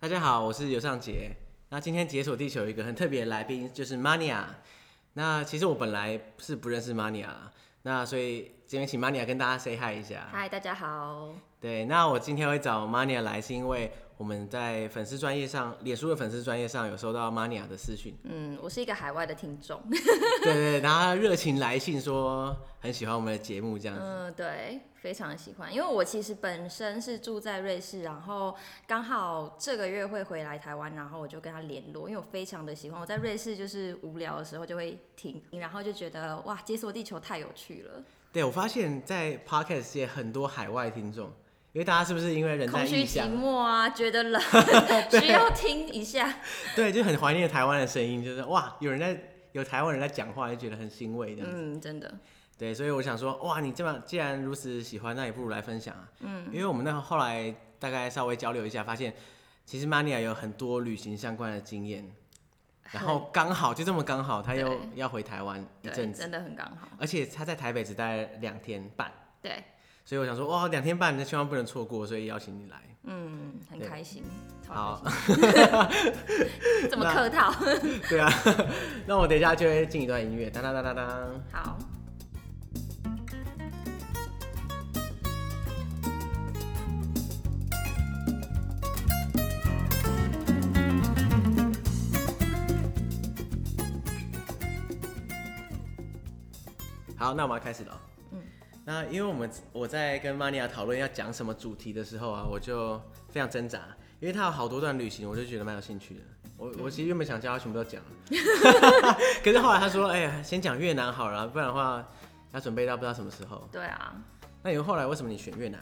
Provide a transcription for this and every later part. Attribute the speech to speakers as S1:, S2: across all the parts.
S1: 大家好，我是尤尚杰。那今天解锁地球有一个很特别的来宾，就是 Mania。那其实我本来是不认识 Mania，啦那所以这边请 Mania 跟大家 say hi 一下。
S2: 嗨，大家好。
S1: 对，那我今天会找 Mania 来，是因为我们在粉丝专业上，脸书的粉丝专业上有收到 Mania 的私 讯，
S2: 嗯，我是一个海外的听众。
S1: 对对，然后他热情来信说很喜欢我们的节目这样子。
S2: 嗯，对，非常喜欢，因为我其实本身是住在瑞士，然后刚好这个月会回来台湾，然后我就跟他联络，因为我非常的喜欢。我在瑞士就是无聊的时候就会听，然后就觉得哇，解锁地球太有趣 了，
S1: 对我发现，在 Podcast 界很多海外听众，因为大家是不是因为人在
S2: 空虚
S1: 异
S2: 寂
S1: 乡，
S2: 寞啊，觉得冷， 需要听一 下。
S1: 对，就很怀念台湾的声音，就是哇，有人在有台湾人在讲话，就觉得很欣慰这样。
S2: 嗯，真的，
S1: 对，所以我想说，哇，你这么既然如此喜欢，那也不如来分享啊。嗯，因为我们那后来大概稍微交流一下，发现其实 Mania 有很多旅行相关的经验，然后刚好就这么刚好，他又
S2: 对
S1: 要回台湾一
S2: 对，
S1: 阵子，
S2: 真的很刚好。
S1: 而且他在台北只待了两天半，
S2: 对，
S1: 所以我想说，哇，两天半，那千万不能错过，所以邀请你来。
S2: 嗯，很
S1: 对
S2: 开心，超
S1: 好
S2: 开心，这么客套，
S1: 对啊， 那我等一下就会进一段音乐，当当当当当。
S2: 好。
S1: 好，那我们要开始了。嗯，那因为我们我在跟 Mania 讨论要讲什么主题的时候啊，我就非常挣扎，因为他有好多段旅行，我就觉得蛮有兴趣的。我我其实原本想叫他全部都讲， 可是后来他说，哎呀，先讲越南好了，不然的话要准备到不知道什么时候。
S2: 对啊，
S1: 那你们后来为什么你选越南？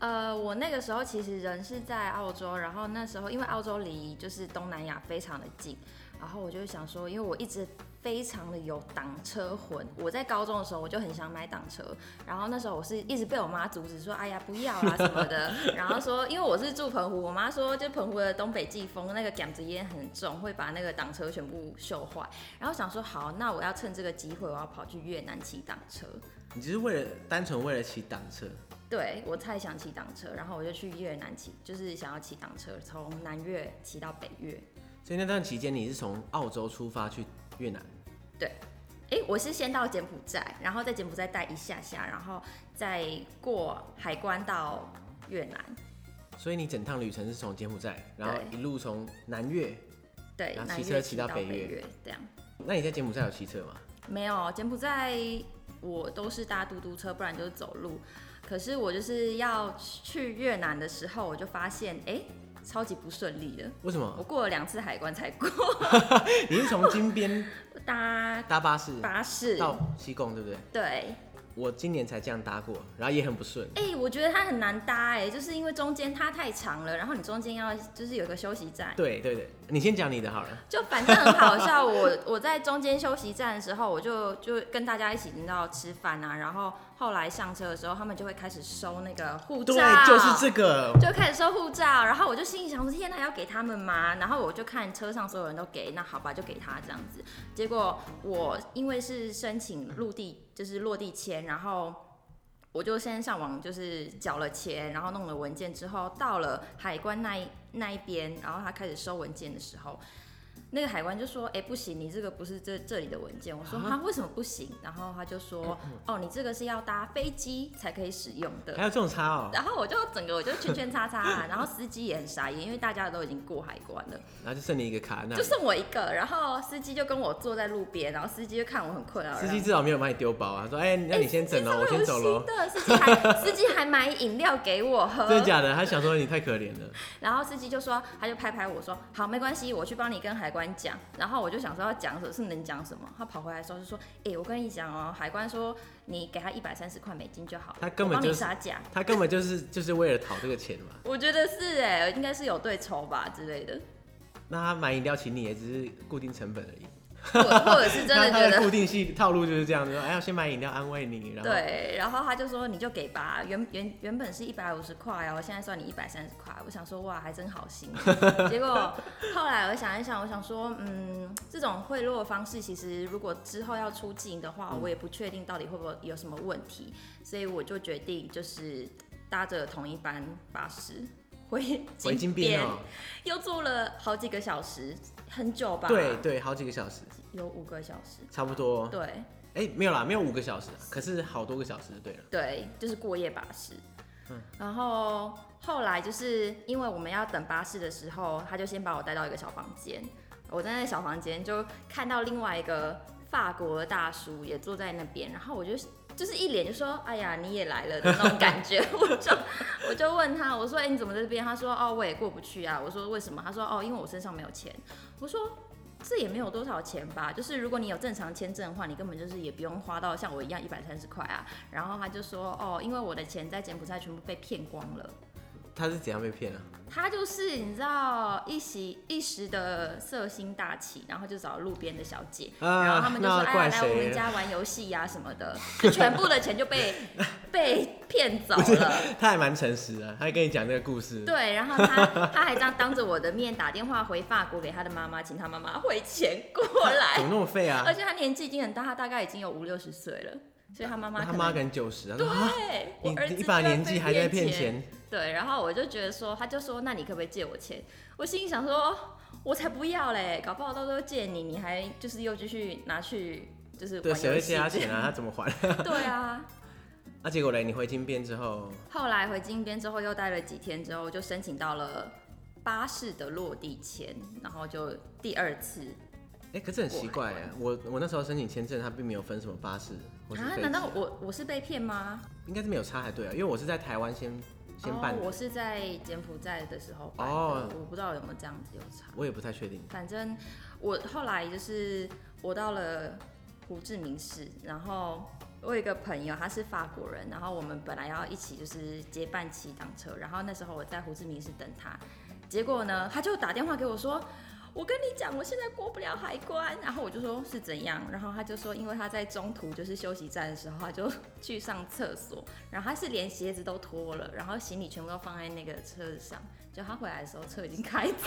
S2: 呃，我那个时候其实人是在澳洲，然后那时候因为澳洲离就是东南亚非常的近，然后我就想说，因为我一直非常的有挡车魂，我在高中的时候我就很想买挡车，然后那时候我是一直被我妈阻止说，哎呀不要啦什么的，然后说因为我是住澎湖，我妈说就澎湖的东北季风那个杆子烟很重，会把那个挡车全部锈坏，然后想说好，那我要趁这个机会，我要跑去越南骑挡车。
S1: 你只是为了单纯为了骑挡车？
S2: 对我太想骑挡车，然后我就去越南骑，就是想要骑挡车，从南越骑到北越。
S1: 所以那段期间你是从澳洲出发去越南？
S2: 诶，我是先到柬埔寨，然后在柬埔寨待一下下，然后再过海关到越南。
S1: 所以你整趟旅程是从柬埔寨，然后一路从南越。
S2: 对，
S1: 然后
S2: 南
S1: 骑车
S2: 越
S1: 骑
S2: 骑
S1: 到
S2: 到
S1: 北
S2: 北
S1: 越
S2: 越这样。
S1: 那你在柬埔寨有骑车吗？
S2: 没有柬埔寨，我都是搭嘟嘟车，不然就是走路。可是我就是要去越南的时候，我就发现诶，超级不顺利的。
S1: 为什么
S2: 我？过了两次海关才过，
S1: 你是从金边
S2: 搭
S1: 搭巴士
S2: 巴士。
S1: 到西贡，对不对？
S2: 对，
S1: 我今年才这样搭过，然后也很不顺。
S2: 哎、我觉得它很难搭哎、就是因为中间它太长了，然后你中间要就是有一个休息站，
S1: 对对对，你先讲你的好了。
S2: 就反正很 好笑。我我在中间休息站的时候，我就就跟大家一起你知道吃饭啊，然后后来上车的时候，他们就会开始收那个护照，
S1: 对，就是这个。
S2: 就开始收护照，然后我就心里想说：天哪，要给他们吗？然后我就看车上所有人都给，那好吧，就给他这样子。结果我因为是申请陆地，就是落地签，然后我就先上网就是缴了钱，然后弄了文件之后，到了海关那一那一边，然后他开始收文件的时候。那个海关就说：“哎、不行，你这个不是这这里的文件。”我说：“
S1: 啊
S2: 他为什么不行？”然后他就说：“哦，你这个是要搭飞机才可以使用的。”
S1: 还有这种差哦、
S2: 然后我就整个我就圈圈叉叉啊，然后司机也很傻眼，因为大家都已经过海关了，
S1: 然后就剩你一个卡那
S2: 就
S1: 里。
S2: 剩我一个。然后司机就跟我坐在路边，然后司机就看我很困扰，
S1: 司机至少没有把你丢包啊，说哎、那
S2: 然后
S1: 你先整哦、
S2: 哎
S1: 我先
S2: 司
S1: 走
S2: 机
S1: 喽。
S2: 真的有心的，司哦机还司机还买饮料给我喝，
S1: 真的假的？他想说你太可怜了。
S2: 然后司机就说，他就拍拍我说，好，没关系，我去帮你跟海关讲。然后我就想说要讲什么，是能讲什么？他跑回来的时候就说，哎、我跟你讲哦，海关说你给他一百三十块美金就好了，
S1: 他根本
S2: 我帮
S1: 就
S2: 你
S1: 是
S2: 杀价。
S1: 他根本就是就是为了讨这个钱嘛。
S2: 我觉得是哎、应该是有对筹吧之类的，
S1: 那他买饮料请你也只是固定成本而已。
S2: 或或者是真的
S1: 他他
S2: 觉 得
S1: 的固定系套路就是这样，说哎要先买饮料安慰你，然后
S2: 对，然后他就说你就给吧，原原原本是一百五十块哦，现在算你一百三十块。我想说哇，还真好心。啊 结果后来我想一想，我想说，嗯，这种贿赂的方式，其实如果之后要出境的
S1: 嗯
S2: 话，我也不确定到底会不会有什么问题，所以我就决定就是搭着同一班巴士。回
S1: 回金边哦，
S2: 又坐了好几个小时，很久吧？
S1: 对，对，好几个小时，
S2: 有五个小时。
S1: 差不多。
S2: 对
S1: 哎、没有啦，没有五个小时啊，可是好多个小时就对了。
S2: 对，就是过夜巴士。
S1: 嗯
S2: 然后后来就是因为我们要等巴士的时候，他就先把我带到一个小房间，我在那个小房间就看到另外一个法国的大叔也坐在那边，然后我就就是一脸就说：“哎呀，你也来了”的那种感觉，我就我就问他，我说：“哎、你怎么在这边？”他说：“哦，我也过不去啊。”我说：“为什么？”他说：“哦，因为我身上没有钱。”我说。这也没有多少钱吧，就是如果你有正常签证的话，你根本就是也不用花到像我一样一百三十块啊。然后他就说，哦，因为我的钱在柬埔寨全部被骗光了。
S1: 他是怎样被骗啊？
S2: 他就是你知道一时一时的色心大起，然后就找路边的小姐，
S1: 啊
S2: 然后他们就说：“
S1: 那
S2: 哎呀，
S1: 怪
S2: 来我
S1: 谁
S2: 们家玩游戏呀、什么的。”就全部的钱就 被被骗走了。
S1: 他还蛮诚实的，他还跟你讲这个故事。
S2: 对，然后他他还当当着我的面打电话回法国给他的妈妈，请他妈妈汇钱过
S1: 怎么
S2: 来。
S1: 那么废啊
S2: 而？且他年纪已经很大，他大概已经有五六十岁了，所以他妈妈
S1: 那
S2: 可
S1: 他
S2: 能
S1: 妈可能九十啊，他说啊
S2: 对，我儿
S1: 你
S2: 子
S1: 你一把
S2: 居然
S1: 年纪
S2: 被
S1: 还在骗
S2: 钱。
S1: 钱，
S2: 对，然后我就觉得说，他就说，那你可不可以借我钱？我心里想说，哦我才不要嘞，搞不好到时候借你，你还就是又继续拿去就是
S1: 对，
S2: 玩
S1: 谁
S2: 游
S1: 会
S2: 戏
S1: 借他钱啊？他怎么还？
S2: 对啊，
S1: 那结果嘞，你回金边之后，
S2: 后来回金边之后又待了几天之后，就申请到了巴士的落地签，然后就第二次
S1: 哎、可是很奇怪哎，我我那时候申请签证，他并没有分什么巴士或是
S2: 啊
S1: 飞？机
S2: 难道我我是被骗吗？
S1: 应该是没有差才对啊？因为我是在台湾先先办
S2: 哦，
S1: 的，
S2: 我是在柬埔寨的时候办的，
S1: 哦
S2: 我不知道有没有这样子有差。
S1: 我也不太确定。
S2: 反正我后来就是我到了胡志明市，然后我有一个朋友，他是法国人，然后我们本来要一起就是结伴骑单车，然后那时候我在胡志明市等他，结果呢，他就打电话给我说。我跟你讲，我现在过不了海关，然后我就说是怎样，然后他就说，因为他在中途就是休息站的时候，他就去上厕所，然后他是连鞋子都脱了，然后行李全部都放在那个车子上，就他回来的时候车已经开走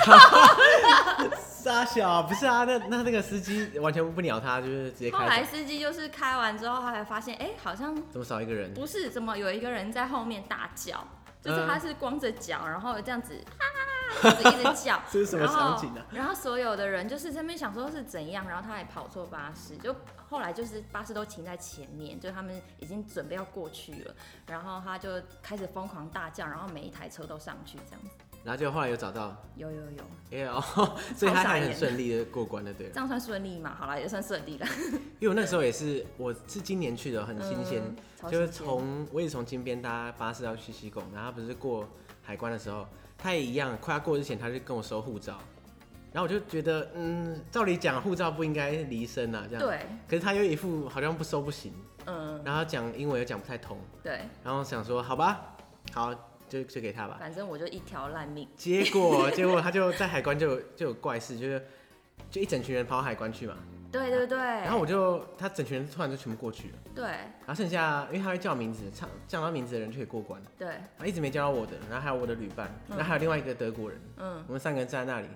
S1: 傻小啊不是啊，那那那个司机完全不鸟他，就是直接
S2: 后
S1: 开
S2: 来
S1: 走，
S2: 司机就是开完之后，他还发现，哎、好像
S1: 怎么少一个人？。
S2: 不是，怎么有一个人在后面大叫？就是他是光着脚，然后这样子啊，一直一直叫
S1: 这是什么场景啊
S2: 然后？然后所有的人就是在那边想说是怎样，然后他还跑错巴士，就后来就是巴士都停在前面，就他们已经准备要过去了，然后他就开始疯狂大叫，然后每一台车都上去这样子。
S1: 然后就后来有找到，
S2: 有有有，
S1: 哎呦， 所以他
S2: 超傻
S1: 还
S2: 眼
S1: 很顺利的过关的，对了
S2: 这。样算顺利嘛？好啦，也算顺利了。
S1: 因为我那时候也是，我是今年去的，很新鲜，
S2: 嗯超
S1: 就是
S2: 新鲜
S1: 从我也从金边搭巴士要去西贡，然后不是过海关的时候，他也一样，快要过之前他就跟我收护照，然后我就觉得，嗯，照理讲护照不应该离身啊，这样，
S2: 对，
S1: 可是他又一副好像不收不行，
S2: 嗯，
S1: 然后讲英文又讲不太通，
S2: 对，
S1: 然后想说好吧，好就就给他吧，啊
S2: 反正我就一条烂命。
S1: 结果结果他就在海关就有就有怪事，就是就一整群人跑到海关去嘛，
S2: 对对对。
S1: 然后我就他整群人突然就全部过去了。
S2: 对
S1: 然后剩下，因为他会叫名字，唱叫他名字的人就可以过关。
S2: 对，
S1: 然后一直没叫到我的，然后还有我的旅伴，然后还有另外一个德国人，
S2: 嗯，
S1: 我们三个人站在那里。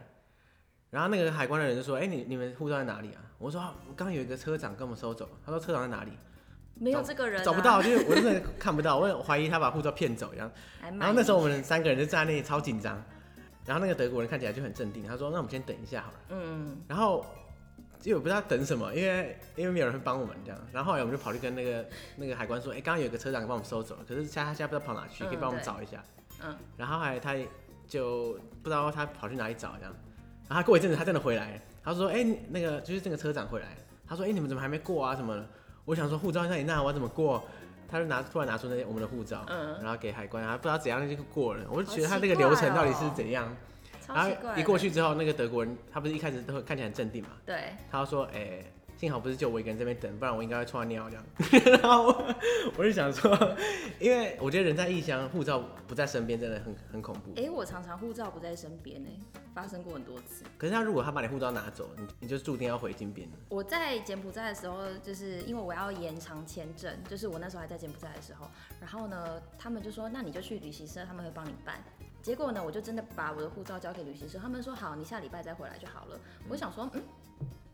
S1: 然后那个海关的人就说：“哎、你你们护照在哪里啊？”我说：“啊我刚刚有一个车长跟我们收走。”他说：“车长在哪里？
S2: 没有这个人、啊、
S1: 找不，到，就是我真的看不到， 我很怀疑他把护照骗走一样。”
S2: 还
S1: 然后
S2: 蛮
S1: 那时候我们三个人就站在那里超紧张，然后那个德国人看起来就很镇定，他说：“那我们先等一下好了。”
S2: 嗯，
S1: 然后因为我不知道等什么，因为因为没有人会帮我们这样。然后后来我们就跑去跟那个那个海关说，哎、刚刚有个车长帮我们收走了，可是现在他现在不知道跑哪去，
S2: 嗯
S1: 可以帮我们
S2: 对
S1: 找一下。
S2: 嗯。
S1: 然后后来他就不知道他跑去哪里找这样。然后他过一阵子他真的回来，他说，哎、你那个就是那个车长回来，他说，哎、你们怎么还没过啊什么的？我想说护照在你那，我要怎么过？他就拿突然拿出那些我们的护照，
S2: 嗯
S1: 然后给海关，然后不知道怎样就过了。我就
S2: 好
S1: 觉得他
S2: 奇
S1: 那个
S2: 怪
S1: 流程到底
S2: 哦
S1: 是怎样？然
S2: 超奇怪哦
S1: 后
S2: 的，
S1: 啊一过去之后，那个德国人他不是一开始都看起来很镇定嘛，
S2: 对，
S1: 他就说：“哎、幸好不是就我一个人在那边等，不然我应该会窜尿这样。”然后我我就想说，因为我觉得人在异乡，护照不在身边真的很很恐怖。
S2: 哎、我常常护照不在身边呢、发生过很多次。
S1: 可是他如果他把你护照拿走，你你就注定要回金边了。
S2: 我在柬埔寨的时候，就是因为我要延长签证，就是我那时候还在柬埔寨的时候，然后呢，他们就说那你就去旅行社，他们会帮你办。结果呢，我就真的把我的护照交给旅行社，他们说好，你下礼拜再回来就好了。我想说，嗯，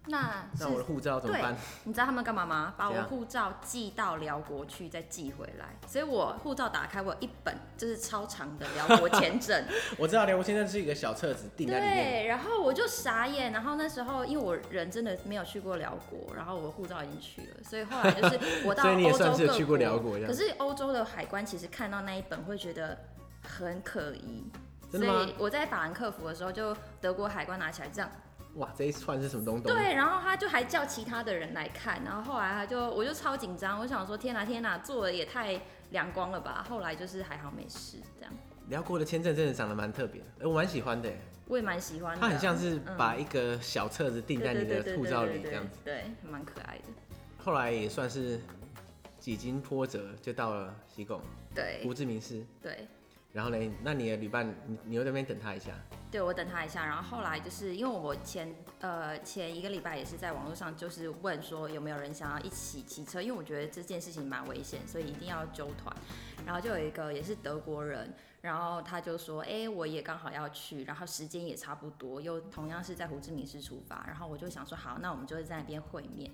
S2: 那是
S1: 那我的护照怎么
S2: 对
S1: 办？
S2: 你知道他们干嘛吗？把
S1: 怎
S2: 我
S1: 样
S2: 护照寄到辽国去，再寄回来。所以我护照打开，我有一本就是超长的辽国签证。
S1: 我知道辽国签证是一个小册子， 订在里面。
S2: 对，然后我就傻眼。然后那时候因为我人真的没有去过辽国，然后我护照已经去了，所以后来就是我到
S1: 所以你也
S2: 欧洲
S1: 算是有
S2: 各
S1: 去过辽国这样
S2: 可是欧洲的海关其实看到那一本会觉得很可疑。
S1: 真
S2: 所
S1: 的吗
S2: 以我在法兰克福的时候，就德国海关拿起来这样
S1: 哇，这一串是什么东东？
S2: 对，然后他就还叫其他的人来看，然后后来他就我就超紧张，我想说天哪天哪，做的也太阳光了吧。后来就是还好没事，这样
S1: 辽国的签证真的长得蛮特别的，哎我蛮喜欢的耶。
S2: 我也蛮喜欢的。
S1: 它很像是
S2: 嗯
S1: 把一个小册子订
S2: 对
S1: 在你
S2: 嗯对对
S1: 的
S2: 对
S1: 护
S2: 对
S1: 照
S2: 对
S1: 里这
S2: 对
S1: 样子。
S2: 对，蛮可爱的。
S1: 后来也算是几经波折，就到了西贡
S2: 对
S1: 胡志明市。
S2: 对
S1: 然后嘞，那你的旅伴，你你又在那边等他一下，
S2: 对，我等他一下，然后后来就是因为我前呃前一个礼拜也是在网络上就是问说有没有人想要一起骑车，因为我觉得这件事情蛮危险，所以一定要揪团。然后就有一个也是德国人，然后他就说：“哎、我也刚好要去，然后时间也差不多，又同样是在胡志明市出发。”然后我就想说：“好，那我们就会在那边会面。”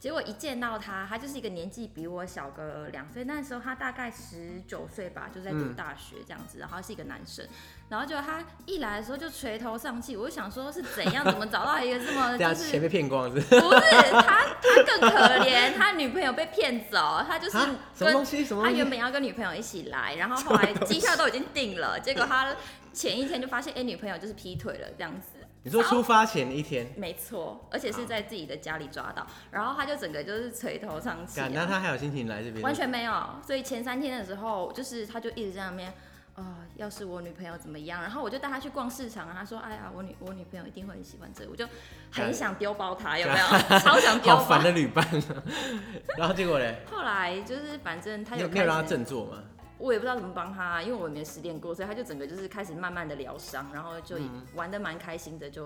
S2: 结果一见到他，他就是一个年纪比我小个两岁，那时候他大概十九岁吧，就在
S1: 嗯
S2: 读大学这样子，然后他是一个男生，然后就他一来的时候就垂头丧气，我就想说是怎样，怎么找到一个这 么
S1: 大
S2: 啊就
S1: 家
S2: 是
S1: 钱被骗光了是不是？
S2: 不是他，他更可怜，他女朋友被骗走，他就是
S1: 啊，什么
S2: 跟
S1: 东西？什么
S2: 他
S1: 东西
S2: 原？本要跟女朋友一起来，然后后来机票都已经定了，结果他前一天就发现，哎、女朋友就是劈腿了这样子。
S1: 你说出发前一天，
S2: 没错，而且是在自己的家里抓到，然后他就整个就是垂头丧气、
S1: 敢那
S2: 啊，
S1: 他还有心情来这边？
S2: 完全没有。所以前三天的时候，就是他就一直在那边。啊、要是我女朋友怎么样？然后我就带他去逛市场啊。他说：“哎呀，我女我女朋友一定会很喜欢这个。”我就 很想丢包他，有没有？ 超想丢
S1: 好
S2: 包
S1: 烦。的旅伴啊。 然后结果嘞，
S2: 后来就是反正他
S1: 你有
S2: 有
S1: 没有让
S2: 开
S1: 他
S2: 始，
S1: 振作吗？
S2: 我也不知道怎么帮他，啊因为我也没失恋过，所以他就整个就是开始慢慢的疗伤，然后就
S1: 嗯
S2: 玩的蛮开心的，就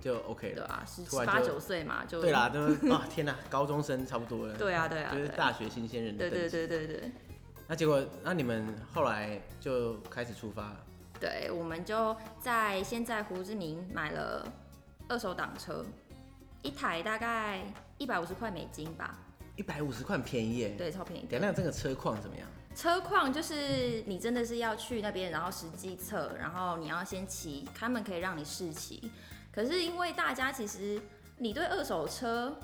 S1: 就 OK
S2: 对
S1: 了。
S2: 啊，十
S1: 突然就
S2: 八九岁嘛，就
S1: 对啦，都 啊天哪，高中生差不多了，
S2: 对啊，对啊，
S1: 就是
S2: 对啊
S1: 大学新鲜人的
S2: 对
S1: 等
S2: 对
S1: 级。
S2: 对对对
S1: 那结果，那你们后来就开始出发，
S2: 对，我们就在现在胡志明买了二手挡车，一台大概一百五十块美金吧，
S1: 一百五十块很便宜耶。
S2: 对，超便宜的
S1: 等一下那这个车况怎么样？
S2: 车况就是你真的是要去那边，然后实际测，然后你要先骑，他们可以让你试骑。可是因为大家其实你对二手车，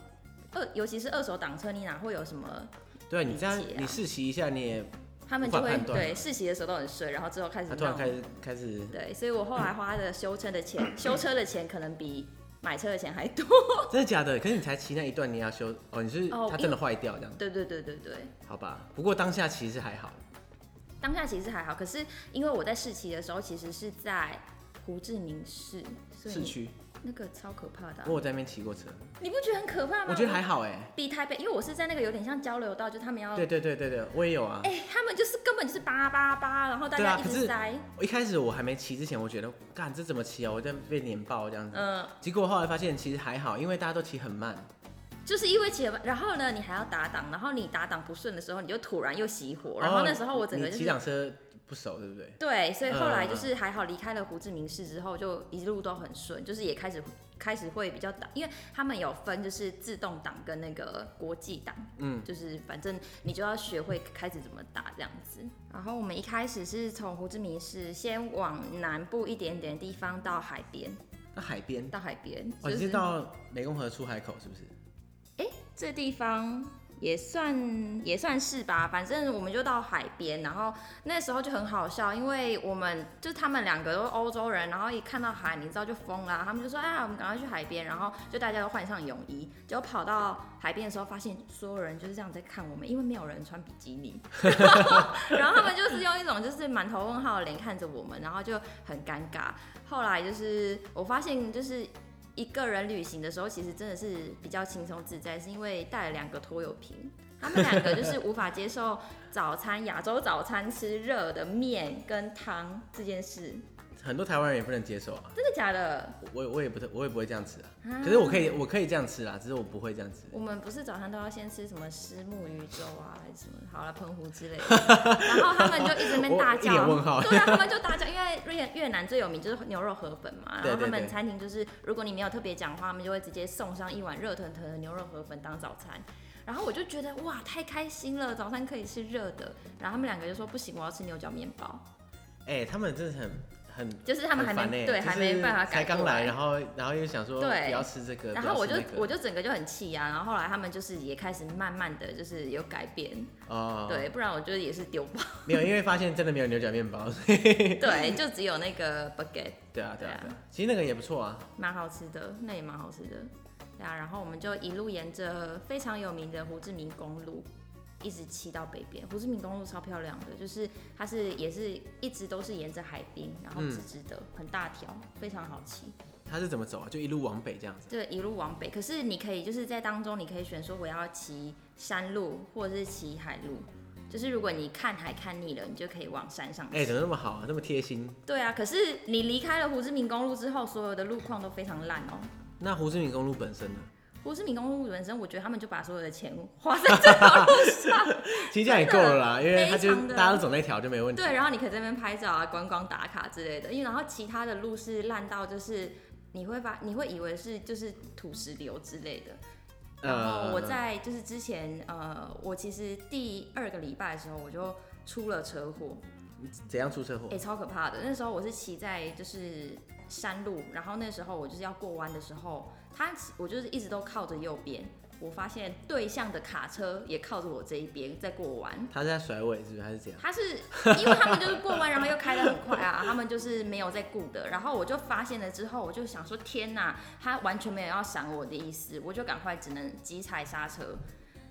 S2: 二尤其是二手挡车，你哪会有什么？
S1: 对你这样
S2: 理解，啊
S1: 你试骑一下，你也
S2: 他们就
S1: 无法
S2: 会
S1: 判断
S2: 对试骑的时候都很衰，然后之后开始
S1: 他突
S2: 闹
S1: 然。开始开始，
S2: 对，所以我后来花的修车 的钱，修车的钱可能比买车的钱还多。
S1: 真的假的？可是你才骑那一段，你要修哦，你是
S2: 哦
S1: 它真的坏掉这样，
S2: 对对对对对。
S1: 好吧？不过当下其实还好，
S2: 当下其实还好，可是因为我在试骑的时候，其实是在胡志明市，所
S1: 市
S2: 以
S1: 区
S2: 那个超可怕的啊、
S1: 我有在那边骑过车，
S2: 你不觉得很可怕吗？
S1: 我觉得还好哎、
S2: 比台北，因为我是在那个有点像交流道，就是他们要，
S1: 对对对对对，我也有啊。
S2: 哦哎、他们就是根本就是叭叭叭，然后大
S1: 对
S2: 家
S1: 啊
S2: 一
S1: 可
S2: 直
S1: 是
S2: 塞，
S1: 我一开始我还没骑之前，我觉得干这怎么骑啊？我在被碾爆这样子。
S2: 嗯、
S1: 结果后来发现其实还好，因为大家都骑很慢，
S2: 就是因为前，然后呢，你还要打档，然后你打档不顺的时候，你就突然又熄火，然后那时候我整个
S1: 哦你
S2: 就
S1: 骑
S2: 是。
S1: 挡车不熟，对不对？
S2: 对，所以后来
S1: 嗯嗯嗯
S2: 就是还好离开了胡志明市之后，就一路都很顺，就是也开始开始会比较挡，因为他们有分就是自动挡跟那个国际挡，
S1: 嗯，
S2: 就是反正你就要学会开始怎么打这样子。然后我们一开始是从胡志明市先往南部一点点地方到海边，
S1: 那海边，
S2: 到海边，
S1: 哦，
S2: 就
S1: 你是
S2: 是
S1: 到湄公河出海口是不是？
S2: 这地方也算也算是吧，反正我们就到海边，然后那时候就很好笑，因为我们就他们两个都是欧洲人，然后一看到海，你知道就疯了，他们就说啊，我们赶快去海边，然后就大家都换上泳衣，结果跑到海边的时候，发现所有人就是这样在看我们，因为没有人穿比基尼，然后他们就是用一种就是满头问号的脸看着我们，然后就很尴尬。后来就是我发现就是一个人旅行的时候，其实真的是比较轻松自在，是因为带了两个拖油瓶。他们两个就是无法接受早餐亚洲早餐吃热的面跟汤这件事，
S1: 很多台湾人也不能接受啊。
S2: 真的假的？
S1: 我我也不太我也不会这样吃啊。
S2: 啊
S1: 可是我可以我可以这样吃啦，只是我不会这样吃。
S2: 我们不是早上都要先吃什么虱目鱼粥啊，还是什么好了澎湖之类的， 然后他们就一直在那边大
S1: 我一脸问
S2: 叫。
S1: 号。
S2: 对啊，他们就大叫，因为越越南最有名就是牛肉河粉嘛，然
S1: 对
S2: 后
S1: 对
S2: 他们
S1: 对
S2: 餐厅就是，如果你没有特别讲话，他们就会直接送上一碗热腾腾的牛肉河粉当早餐。然后我就觉得哇，太开心了，早餐可以吃热的。然后他们两个就说不行，我要吃牛角面包，
S1: 哎、他们真的很很
S2: 就是他们还
S1: 很烦
S2: 没、
S1: 欸
S2: 对、
S1: 就是
S2: 还没办法改
S1: 才刚
S2: 过
S1: 来，然后然后又想说
S2: 对
S1: 不要吃这个，
S2: 然后我
S1: 不
S2: 就、
S1: 要吃那个
S2: 我就整个就很气啊，然后后来他们就是也开始慢慢的就是有改变，
S1: 哦，
S2: 对，不然我就也是丢 包，
S1: 没有，因为发现真的没有牛角面包，
S2: 对，就只有那个 baguette，
S1: 对啊对
S2: 对
S1: 啊
S2: 啊
S1: 对啊，其实那个也不错啊，
S2: 蛮好吃的，那也蛮好吃的，对啊，然后我们就一路沿着非常有名的胡志明公路。一直骑到北边，胡志明公路超漂亮的，就是它是也是一直都是沿着海滨，然后
S1: 嗯
S2: 直直的，很大条，非常好骑。
S1: 它是怎么走啊？就一路往北这样子。
S2: 对，一路往北。可是你可以就是在当中，你可以选说我要骑山路或者是骑海路。就是如果你看海看腻了，你就可以往山上骑。
S1: 哎、怎么那么好啊？那么贴心。
S2: 对啊，可是你离开了胡志明公路之后，所有的路况都非常烂哦。
S1: 那胡志明公路本身呢？
S2: 胡志明公路本身，我觉得他们就把所有的钱花在这条路上。
S1: 其实这样也够了啦，因为它就
S2: 非常的
S1: 大家都走那条就没问题。
S2: 对，然后你可以在那边拍照啊、观光打卡之类的。因为然后其他的路是烂到就是你会发，你会以为是就是土石流之类的。
S1: 呃
S2: 然后我在就是之前呃，我其实第二个礼拜的时候我就出了车祸，
S1: 怎样出车祸
S2: 哎、？超可怕的。那时候我是骑在就是山路，然后那时候我就是要过弯的时候，他我就是一直都靠着右边，我发现对向的卡车也靠着我这一边在过弯。
S1: 他是在甩尾是不是？还是怎样？
S2: 他是因为他们就是过弯，然后又开得很快啊，他们就是没有在顾的。然后我就发现了之后，我就想说天哪，他完全没有要闪我的意思，我就赶快只能急踩刹车。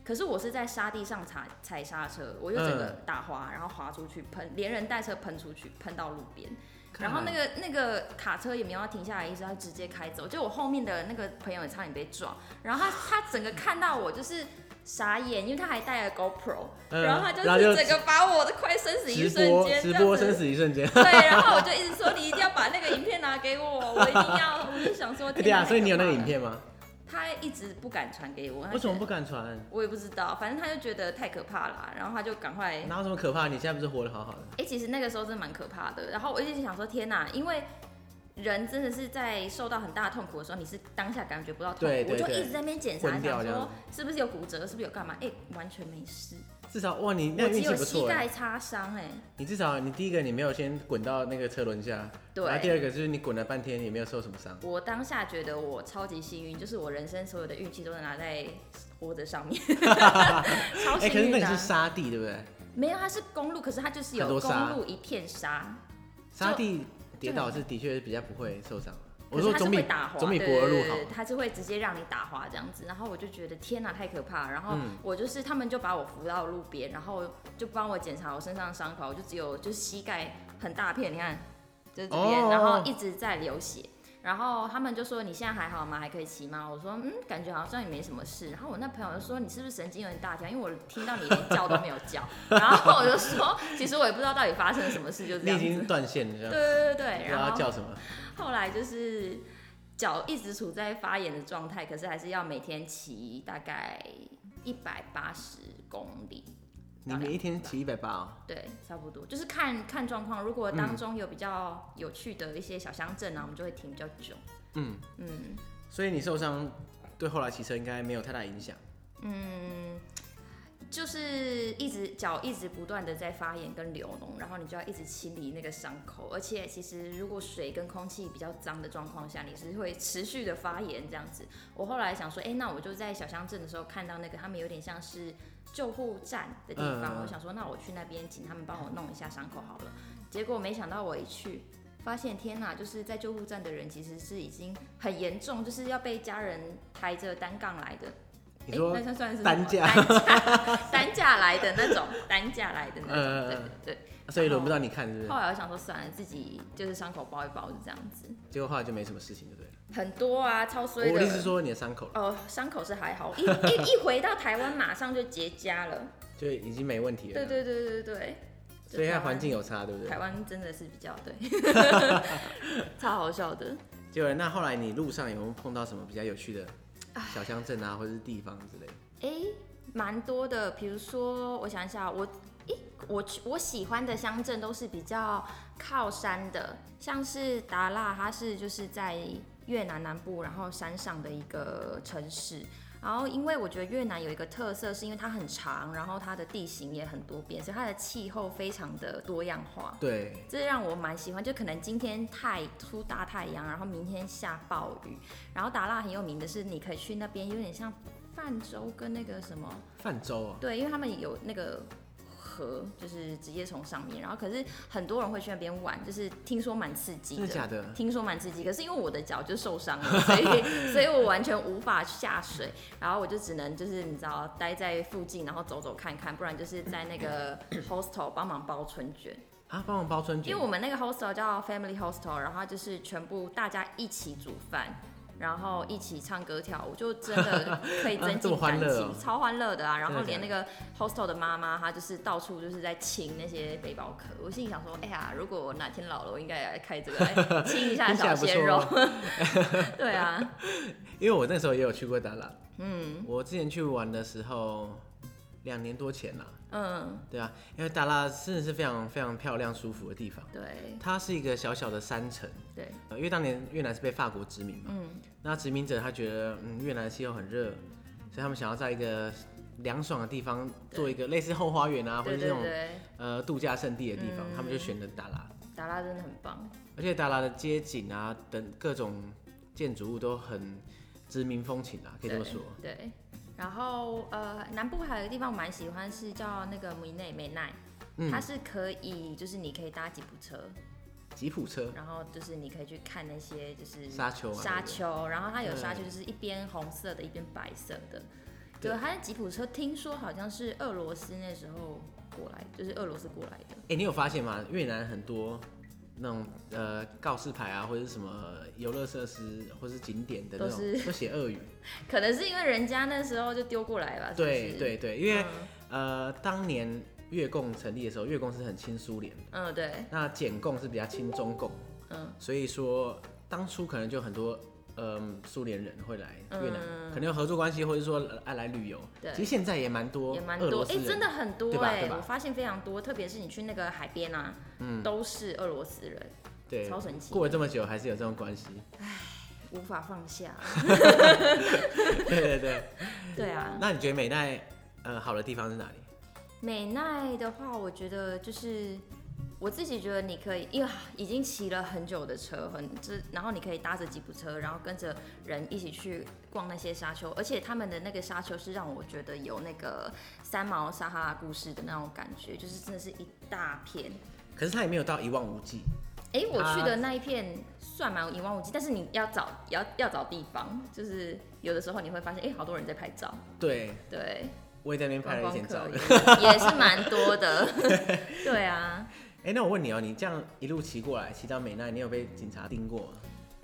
S2: 可是我是在沙地上踩踩刹车，我就整个打滑，然后滑出去喷，连人带车喷出去，喷到路边。然后那个那个卡车也没有要停下来的意思，他直接开走。就我后面的那个朋友也差点被撞，然后他他整个看到我就是傻眼，因为他还带了 GoPro，、
S1: 嗯
S2: 然后他
S1: 然后
S2: 就
S1: 就
S2: 是整个把我的快生死一
S1: 直
S2: 瞬
S1: 播
S2: 间
S1: 直
S2: 这
S1: 播
S2: 样
S1: 生
S2: 子。
S1: 死一瞬间。
S2: 对，然后我就一直说你一定要把那个影片拿给我，我一定要，我就想说。
S1: 哎 对啊，
S2: 天哪
S1: 所以你有那个影？
S2: 太可啊
S1: 片吗？
S2: 怕了他一直不敢传给我，他
S1: 为什么
S2: 觉
S1: 不
S2: 得？
S1: 敢传？
S2: 我也不知道，反正他就觉得太可怕了啊，然后他就赶快
S1: 哪有什么可怕？你现在不是活得好好的？
S2: 哎、其实那个时候真的蛮可怕的。然后我一直想说，天哪，因为人真的是在受到很大痛苦的时候，你是当下感觉不到痛苦，
S1: 对对
S2: 我就
S1: 对
S2: 一直在那边检查，
S1: 昏掉
S2: 想
S1: 这样
S2: 说
S1: 子。
S2: 是不是有骨折，是不是有干嘛？哎、完全没事，
S1: 至少哇，你那
S2: 我只
S1: 运气
S2: 有
S1: 不
S2: 膝
S1: 错哎。
S2: 盖擦伤、哎，
S1: 你至少你第一个你没有先滚到那个车轮下，然后第
S2: 对。
S1: 二个就是你滚了半天也没有受什么伤。
S2: 我当下觉得我超级幸运，就是我人生所有的运气都拿在活着 上面，超
S1: 哎，可是
S2: 幸
S1: 那
S2: 运
S1: 你
S2: 的啊、
S1: 是沙地对不对？
S2: 没有，它是公路，可是它就是
S1: 很多
S2: 有
S1: 沙
S2: 公路一片沙，
S1: 沙地跌倒是的确是比较不会受伤的。我说
S2: 可是它
S1: 总
S2: 是
S1: 比
S2: 会打滑，
S1: 总比
S2: 对
S1: 博尔
S2: 对
S1: 路
S2: 对
S1: 好
S2: 对。它是会直接让你打滑这样子。然后我就觉得天哪、太可怕了。然后
S1: 嗯
S2: 我就是他们就把我扶到路边，然后就帮我检查我身上的伤口，我就只有就是膝盖很大片，你看就是这边，
S1: 哦
S2: 然后一直在流血。然后他们就说你现在还好吗？还可以骑吗？我说嗯，感觉好像也没什么事。然后我那朋友就说你是不是神经有点大条？因为我听到你连叫都没有叫。 然后我就说其实我也不知道到底发生了什么事，就这
S1: 你
S2: 样
S1: 已
S2: 子。
S1: 经啊断线了，
S2: 对
S1: 这样
S2: 对对
S1: 不
S2: 对，
S1: 知
S2: 然
S1: 道
S2: 后
S1: 它叫什么。
S2: 后来就是脚一直处在发炎的状态，可是还是要每天骑大概一百八十公里，
S1: 你每一天骑一百八哦，
S2: 对，差不多，就是看看状况。如果当中有比较有趣的一些小乡镇啊，我们就会停比较久。
S1: 嗯
S2: 嗯
S1: 所以你受伤对后来骑车应该没有太大影响。
S2: 嗯，就是一直脚一直不断的在发炎跟流脓，然后你就要一直清理那个伤口，而且其实如果水跟空气比较脏的状况下，你是会持续的发炎这样子。我后来想说，哎、那我就在小乡镇的时候看到那个他们有点像是救护站的地方，
S1: 嗯
S2: 我想说，那我去那边请他们帮我弄一下伤口好了。结果没想到我一去。发现天呐，就是在救护站的人其实是已经很严重，就是要被家人抬着单杠来的，
S1: 你说
S2: 诶那算是
S1: 担 架
S2: 什么担架担架来的那种，担架来的那
S1: 嗯嗯
S2: 种，对
S1: 嗯
S2: 对
S1: 所以轮不到你看，是不
S2: 对。
S1: 是？
S2: 后来哦我想说，算了，自己就是伤口包一包，就这样子。
S1: 结果后来就没什么事情，对不对？
S2: 很多啊，超衰
S1: 我的意思是
S2: 的。
S1: 说你的伤口了
S2: 哦，伤口是还好，一一一回到台湾马上就结痂了。
S1: 就已经没问题了。
S2: 对对对对对对，
S1: 啊所以它环境有差，对不对
S2: 台？湾真的是比较 对，超好笑的。
S1: 就那后来你路上有没有碰到什么比较有趣的小乡镇啊，或者是地方之类的？
S2: 诶，蛮多的。比如说，我想一下，我诶，我去我喜欢的乡镇都是比较靠山的，像是达腊，它是就是在越南南部，然后山上的一个城市。然后，因为我觉得越南有一个特色，是因为它很长，然后它的地形也很多变，所以它的气候非常的多样化。
S1: 对，
S2: 这让我蛮喜欢，就可能今天太出大太阳，然后明天下暴雨，然后达腊很有名的是，你可以去那边，有点像泛舟跟那个什么，
S1: 泛舟啊，
S2: 对，因为他们有那个河，就是直接从上面，然后可是很多人会去那边玩，就是听说蛮刺激
S1: 真的假的？
S2: 听说蛮刺激，可是因为我的脚就受伤了，所以所以我完全无法下水，然后我就只能就是你知道待在附近，然后走走看看，不然就是在那个 hostel 帮忙包春卷。
S1: 啊，帮我包春
S2: 因
S1: 卷
S2: 为，我们那个 hostel 叫 family hostel，然后它就是全部大家一起煮饭，然后一起唱歌跳舞，就真的可以增
S1: 这么
S2: 进
S1: 欢
S2: 感
S1: 乐
S2: 情，
S1: 哦
S2: 超欢乐的啊！然后
S1: 真
S2: 连
S1: 的
S2: 那个 hostel 的妈妈，她就是到处就是在亲那些背包客。我心里想说，哎呀，如果我哪天老了，我应该也来开这个来亲一下
S1: 听起来
S2: 小
S1: 不
S2: 鲜
S1: 错
S2: 肉
S1: 哦。。
S2: 对啊，
S1: 因为我那时候也有去过达拉，
S2: 嗯
S1: 我之前去玩的时候，两年多前啦、
S2: 嗯，
S1: 对啊，因为达拉真的是非常非常漂亮、舒服的地方。
S2: 对
S1: 它是一个小小的山城，
S2: 对，
S1: 呃因为当年越南是被法国殖民嘛，
S2: 嗯
S1: 那殖民者他觉得，嗯，越南的气候很热，所以他们想要在一个凉爽的地方做一个类似后花园啊，或
S2: 对
S1: 者是
S2: 对
S1: 那种
S2: 对，嗯
S1: 呃度假胜地的地方，他们就选了达拉。
S2: 达拉真的很棒。
S1: 而且达拉的街景啊等各种建筑物都很殖民风情啊，可以这么说。
S2: 对。对然后呃，南部还有一个地方我蛮喜欢，是叫那个米内美奈，
S1: 嗯
S2: 它，是可以就是你可以搭吉普车，
S1: 吉普车、
S2: 然后就是你可以去看那些就是
S1: 沙丘啊，
S2: 沙
S1: 对不对
S2: 丘，然后它有
S1: 对
S2: 沙丘就是一边红色的，一边白色的。
S1: 对
S2: 对，它的吉普车听说好像是俄罗斯那时候过来，就是俄罗斯过来的。
S1: 哎、你有发现吗？越南很多那种呃告示牌啊，或者是什么游乐设施或是景点的那
S2: 都是
S1: 种，都写 俄语。
S2: 可能是因为人家那时候就丢过来吧。是不嗯
S1: 对
S2: 是，
S1: 对对，因为、呃当年越共成立的时候，越共是很亲苏联，
S2: 嗯嗯对，
S1: 那柬共是比较亲中共，
S2: 嗯
S1: 所以说当初可能就很多。嗯，苏联人会来越南，
S2: 嗯
S1: 可能有合作关系，或者说爱来旅游。
S2: 对
S1: 其实现在也蛮多
S2: 也蛮
S1: 俄
S2: 多，
S1: 罗
S2: 哎、
S1: 斯人，
S2: 真的很多
S1: 对吧
S2: 哎、
S1: 对吧嗯
S2: 我发现非常多，特别是你去那个海边啊，都是俄罗斯人，
S1: 对，
S2: 超神奇，
S1: 过了这么久还是有这种关 系。
S2: 无法 放下。
S1: 对对对。
S2: 对啊，
S1: 那你觉得美奈呃好的地方是哪里？
S2: 美奈的话，我觉得就是我自己觉得你可以，因为已经骑了很久的车，很这，然后你可以搭着吉普车，然后跟着人一起去逛那些沙丘，而且他们的那个沙丘是让我觉得有那个三毛撒哈拉故事的那种感觉，就是真的是一大片。
S1: 可是它也没有到一望无际。
S2: 哎、我
S1: 啊
S2: 去的那一片算蛮一望无际，但是你要找要要找地方，就是有的时候你会发现，哎、好多人在拍照，
S1: 对，
S2: 对，
S1: 我也在那边拍
S2: 观
S1: 了一天
S2: 光
S1: 照
S2: 客。也也是蛮多的， 对啊，
S1: 哎、那我问你哦、你这样一路骑过来，骑到美奈，你有被警察盯过吗？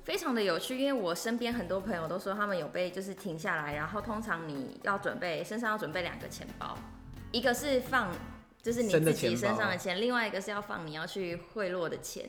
S2: 非常的有趣，因为我身边很多朋友都说他们有被就是停下来，然后通常你要准备身上要准备两个钱包，一个是放。就是你
S1: 真的
S2: 自己
S1: 钱包
S2: 身上的钱，另外一个是要放你要去贿赂的钱，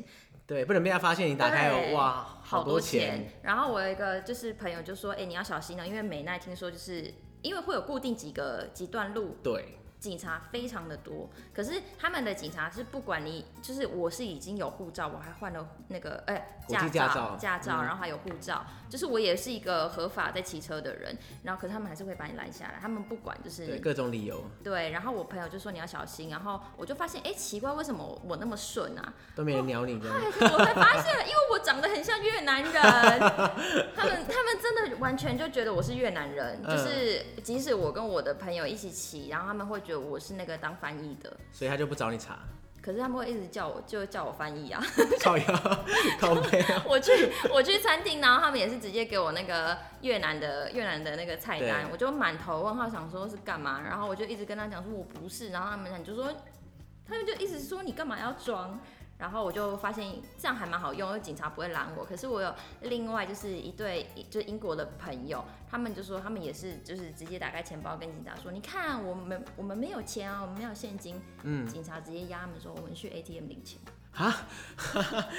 S1: 对，不能被他发现。你打开哦，
S2: 对
S1: 哇，
S2: 好
S1: 多
S2: 多钱。然后我有一个就是朋友就说，哎、你要小心了，因为美奈听说就是因为会有固定几个几段路，
S1: 对，
S2: 警察非常的多。可是他们的警察是不管你，就是我是已经有护照，我还换了那个哎、
S1: 国际驾照嗯
S2: 照驾照，然后还有护照，就是我也是一个合法在骑车的人。然后可是他们还是会把你拦下来，他们不管就是
S1: 对，各种理由
S2: 对。然后我朋友就说你要小心，然后我就发现哎、奇怪为什么我我那么顺啊？
S1: 都没人鸟你这样。
S2: 哎 我才发现，因为我长得很像越南人，他们他们真的完全就觉得我是越南人，
S1: 嗯
S2: 就是即使我跟我的朋友一起骑，然后他们会觉得我是那个当翻译的，
S1: 所以他就不找你查，
S2: 可是他们会一直叫我就叫我翻译啊。
S1: 靠腰靠背 啊。
S2: 我去我去餐厅，然后他们也是直接给我那个越南的越南的那个菜单
S1: 对，
S2: 我就满头问号，想说是干嘛，然后我就一直跟他讲说我不是，然后他们就说，他们就一直说你干嘛要装，然后我就发现这样还蛮好用，因为警察不会拦我。可是我有另外就是一对就是英国的朋友，他们就说他们也是就是直接打开钱包跟警察说，你看我们我们没有钱啊，我们没有现金。
S1: 嗯，
S2: 警察直接压他们说我们去 ATM 领钱，
S1: 啊，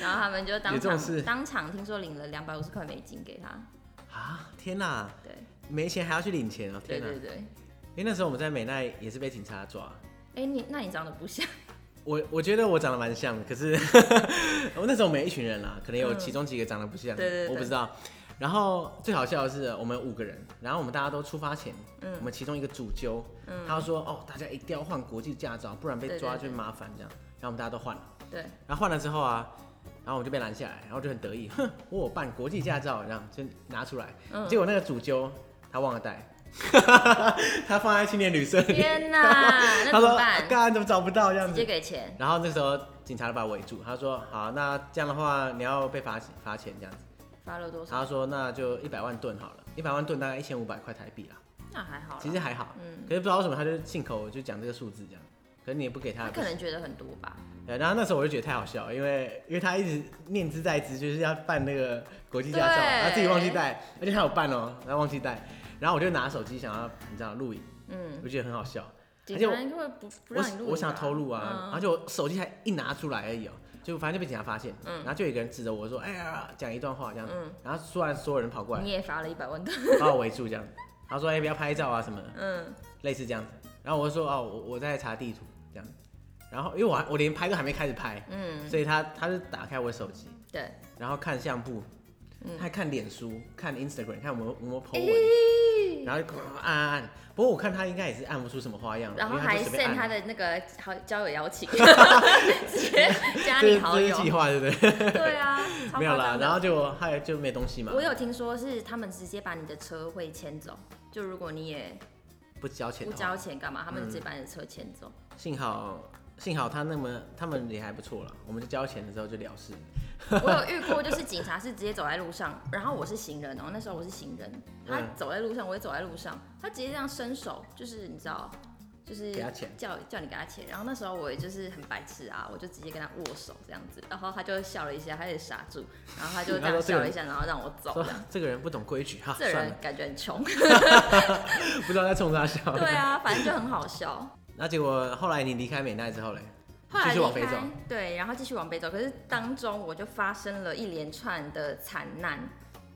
S2: 然后他们就当
S1: 有这种事
S2: 场当场听说领了两百五十块美金给他。
S1: 啊，天哪，
S2: 对
S1: 没钱还要去领钱哦，
S2: 对
S1: 天哪！
S2: 对对，
S1: 因为那时候我们在美奈也是被警察抓，
S2: 哎你那你长得不像，
S1: 我我觉得我长得蛮像的，可是我那时候我们一群人啦，可能有其中几个长得不像，
S2: 嗯对对对
S1: 我不知道。然后最好笑的是，我们五个人，然后我们大家都出发前，
S2: 嗯
S1: 我们其中一个主揪，他说哦，大家一定要换国际驾照，不然被
S2: 对对
S1: 抓
S2: 对
S1: 就麻烦这样。然后我们大家都换了，
S2: 对，
S1: 然后换了之后啊，然后我们就被拦下来，然后就很得意，哼，我有办国际驾照，这样就拿出来。
S2: 嗯
S1: 结果那个主揪他忘了带， 他放在青年旅社里，
S2: 天哪，那
S1: 他
S2: 怎
S1: 说啊
S2: 么办？
S1: 干怎么找不到这样
S2: 直
S1: 子
S2: 接。给钱。
S1: 然后那时候警察就把我围住，他说好，那这样的话你要被罚罚钱这样子。
S2: 发了多少？
S1: 他说那就一百万吨好了，一百万吨大概一千五百块台币啦，
S2: 那还好啦。
S1: 其实还好，
S2: 嗯，
S1: 可是不知道为什么他就信口就讲这个数字这样，可是你也不给他
S2: 他
S1: 也不
S2: 可
S1: 行。
S2: 能觉得很多吧。
S1: 对，然后那时候我就觉得太好笑了，因为因为他一直念之在之，就是要办那个国际驾照，
S2: 对
S1: 他自己忘记带，而且他有办哦，他忘记带，然后我就拿手机想要你知道录影，
S2: 嗯，
S1: 我觉得很好笑，
S2: 警
S1: 而且
S2: 察
S1: 我
S2: 会不不
S1: 我
S2: 让你录、
S1: 我想偷录啊，而
S2: 嗯、
S1: 且我手机还一拿出来而已哦、就反正就被警察发现，
S2: 嗯
S1: 然后就有一个人指着我说，哎呀，讲一段话这样，
S2: 嗯
S1: 然后突然所有人跑 过来
S2: 你也罚了一百万的。
S1: 把我围住这样，他说哎、不要拍照啊什么的，
S2: 嗯，
S1: 类似这样子，然后我就说哦我我在查地图这样，然后因为我还我连拍都还没开始拍，
S2: 嗯，
S1: 所以他他就打开我手机。
S2: 对。
S1: 然后看相簿，
S2: 嗯
S1: 还看脸书、看 Instagram、看我们我们 po 文，
S2: 咦
S1: 然后就按按按。不过我看他应该也是按不出什么花样，
S2: 然后
S1: 因为他
S2: 还
S1: 就随便
S2: send 他
S1: 按。
S2: 的那个好交友邀 请，直接加
S1: 这
S2: 你
S1: 是
S2: 好
S1: 这
S2: 友
S1: 是。计划，对不对？
S2: 对 啊，超
S1: 没有啦，
S2: 夸张
S1: 然
S2: 的。
S1: 后就还就没东西嘛
S2: 我，有听说是他们直接把你的车会牵走，就如果你也
S1: 不交钱
S2: 不
S1: 的话。
S2: 交钱干嘛，他们
S1: 嗯
S2: 直接把你的车牵走。
S1: 幸好幸好他那么他们也还不错啦，我们就交钱的时候就了事。
S2: 我有遇过，就是警察是直接走在路上，然后我是行人哦、那时候我是行人，他
S1: 嗯
S2: 走在路上，我也走在路上，他直接这样伸手，就是你知道，就是
S1: 给他钱
S2: 叫叫你给他钱。然后那时候我也就是很白痴啊，我就直接跟他握手这样子，然后他就笑了一下，他也傻住，然后他就这
S1: 他说
S2: 样
S1: 这个
S2: 笑了
S1: 人
S2: 一下，然后让我走
S1: 说
S2: 这样。
S1: 这个人不懂规矩哈，
S2: 这
S1: 算
S2: 人
S1: 了，
S2: 感觉 很穷，
S1: 不知道在冲他笑。
S2: 对啊，反正就很好笑。
S1: 那结果后来你离开美奈之后嘞，
S2: 后来
S1: 继续往
S2: 离
S1: 北走
S2: 开，对，然后继续往北走。可是当中我就发生了一连串的惨难，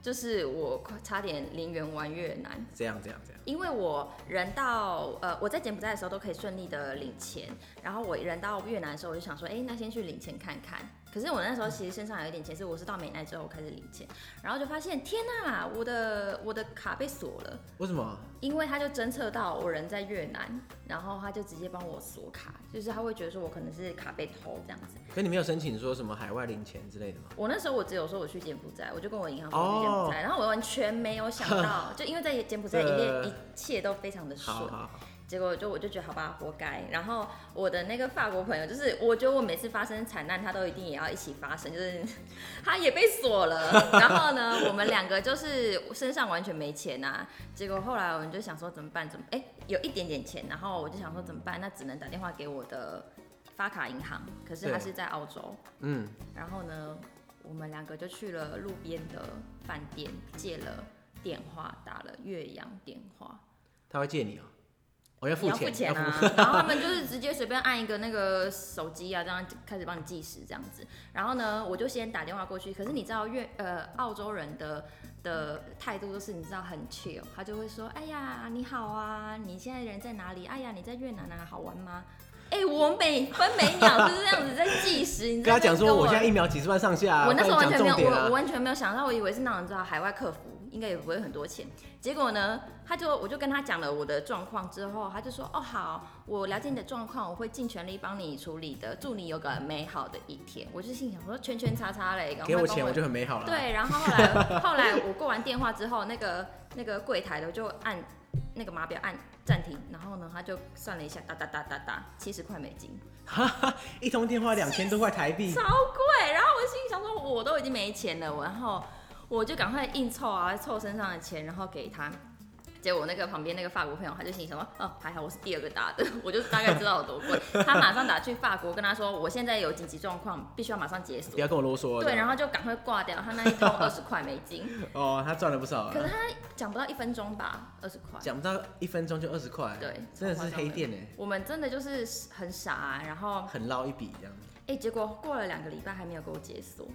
S2: 就是我快差点零元玩越南。
S1: 这样这样这样，
S2: 因为我人到呃我在柬埔寨的时候都可以顺利的领钱，然后我人到越南的时候我就想说，哎、那先去领钱看看。可是我那时候其实身上还有一点钱，是我是到美奈之后我开始领钱，然后就发现天呐、我的我的卡被锁了，
S1: 为什么？
S2: 因为他就侦测到我人在越南，然后他就直接帮我锁卡，就是他会觉得说我可能是卡被偷这样子。
S1: 可你没有申请说什么海外领钱之类的吗？
S2: 我那时候我只有说我去柬埔寨，我就跟我银行说我去柬埔寨然后我完全没有想到，就因为在柬埔寨一切
S1: 对
S2: 一切都非常的顺
S1: 好。好好。
S2: 结果就我就觉得好吧，活该。然后我的那个法国朋友，就是我觉得我每次发生惨难，他都一定也要一起发生，就是他也被锁了。然后呢，我们两个就是身上完全没钱呐、结果后来我们就想说怎么办？怎么哎有一点点钱，然后我就想说怎么办？那只能打电话给我的发卡银行，可是他
S1: 对
S2: 是在澳洲。
S1: 嗯，
S2: 然后呢，我们两个就去了路边的饭店借了电话，打了岳阳电话。
S1: 他会借你哦、我要
S2: 你
S1: 付
S2: 要
S1: 钱，
S2: 付钱啊， 然后他们就是直接随便按一个那个手机啊，这样开始帮你计时这样子。然后呢，我就先打电话过去，可是你知道越呃澳洲人的的态度就是你知道很 chill，他就会说，哎呀你好啊，你现在人在哪里？哎呀你在越南啊，好玩吗？哎、我每分每秒就是这样子在计时，你
S1: 跟
S2: 知道
S1: 他讲说
S2: 跟
S1: 我
S2: 我
S1: 现在疫苗几十万上下、
S2: 我那时候完
S1: 啊快
S2: 全
S1: 点讲
S2: 没有，
S1: 重点
S2: 我
S1: 啊
S2: 我完全没有想到，我以为是那种你知道海外客服，应该也不会很多钱。结果呢，他就我就跟他讲了我的状况之后，他就说哦好，我了解你的状况，我会尽全力帮你处理的，祝你有个美好的一天。我就心想说圈圈叉叉嘞，赶
S1: 给
S2: 快
S1: 我
S2: 帮
S1: 钱我就很美好了。，
S2: 对，然后后来后来我挂完电话之后，那个那个柜台的就按那个码表按暂停，然后呢他就算了一下，哒哒哒哒哒，七十块美金。
S1: 一通电话两千多块台币
S2: 超，贵。然后我心里想说，我都已经没钱了，我然后我就赶快硬凑啊，凑身上的钱，然后给他。结果我那个旁边那个法国朋友，他就心里想 说，哦，还好我是第二个打的，我就大概知道有多贵。他马上打去法国，跟他说，我现在有紧急状况，必须要马上解锁
S1: 不。要跟我啰嗦。
S2: 对，然啊
S1: 后
S2: 后就赶快挂掉，他那一通二十块美金，
S1: 哦，他赚了不少
S2: 可是
S1: 啊，
S2: 他讲不到一分钟吧，二十块。
S1: 讲不到一分钟就二十块，
S2: 对，
S1: 真的
S2: 超
S1: 是
S2: 夸张
S1: 黑店哎，
S2: 我们真的就是很傻、啊然后
S1: 很捞一笔这样。
S2: 哎、结果过了两个礼拜还没有给我解锁，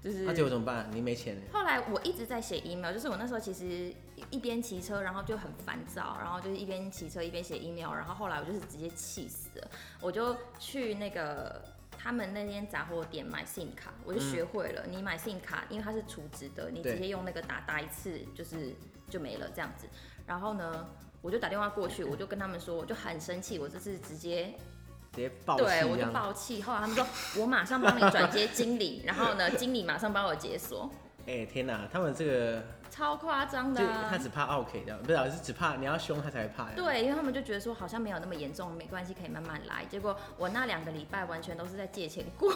S2: 就是
S1: 那结果怎么办？你没钱哎。
S2: 后来我一直在写 email，就是我那时候其实一一边骑车，然后就很烦躁，然后就是一边骑车一边写 email，然后后来我就是直接气死了，我就去那个他们那间杂货店买 SIM 卡，我就学会了，你买 SIM 卡，因为它是储值的，你
S1: 对
S2: 直接用那个打打一次就是就没了这样子。然后呢，我就打电话过去，我就跟他们说，我就很生气，我这次直接
S1: 直接爆气
S2: 对，我
S1: 一
S2: 就
S1: 样。
S2: 爆气。后来他们说，我马上帮你转接经理，然后呢，经理马上帮我解锁。
S1: 哎、天哪，他们这个
S2: 超夸张
S1: 就
S2: 的、啊
S1: 他。只怕 OK 的，不是、啊、是只怕你要凶他才会怕呀。
S2: 对，因为他们就觉得说好像没有那么严重，没关系，可以慢慢来。结果我那两个礼拜完全都是在借钱 过，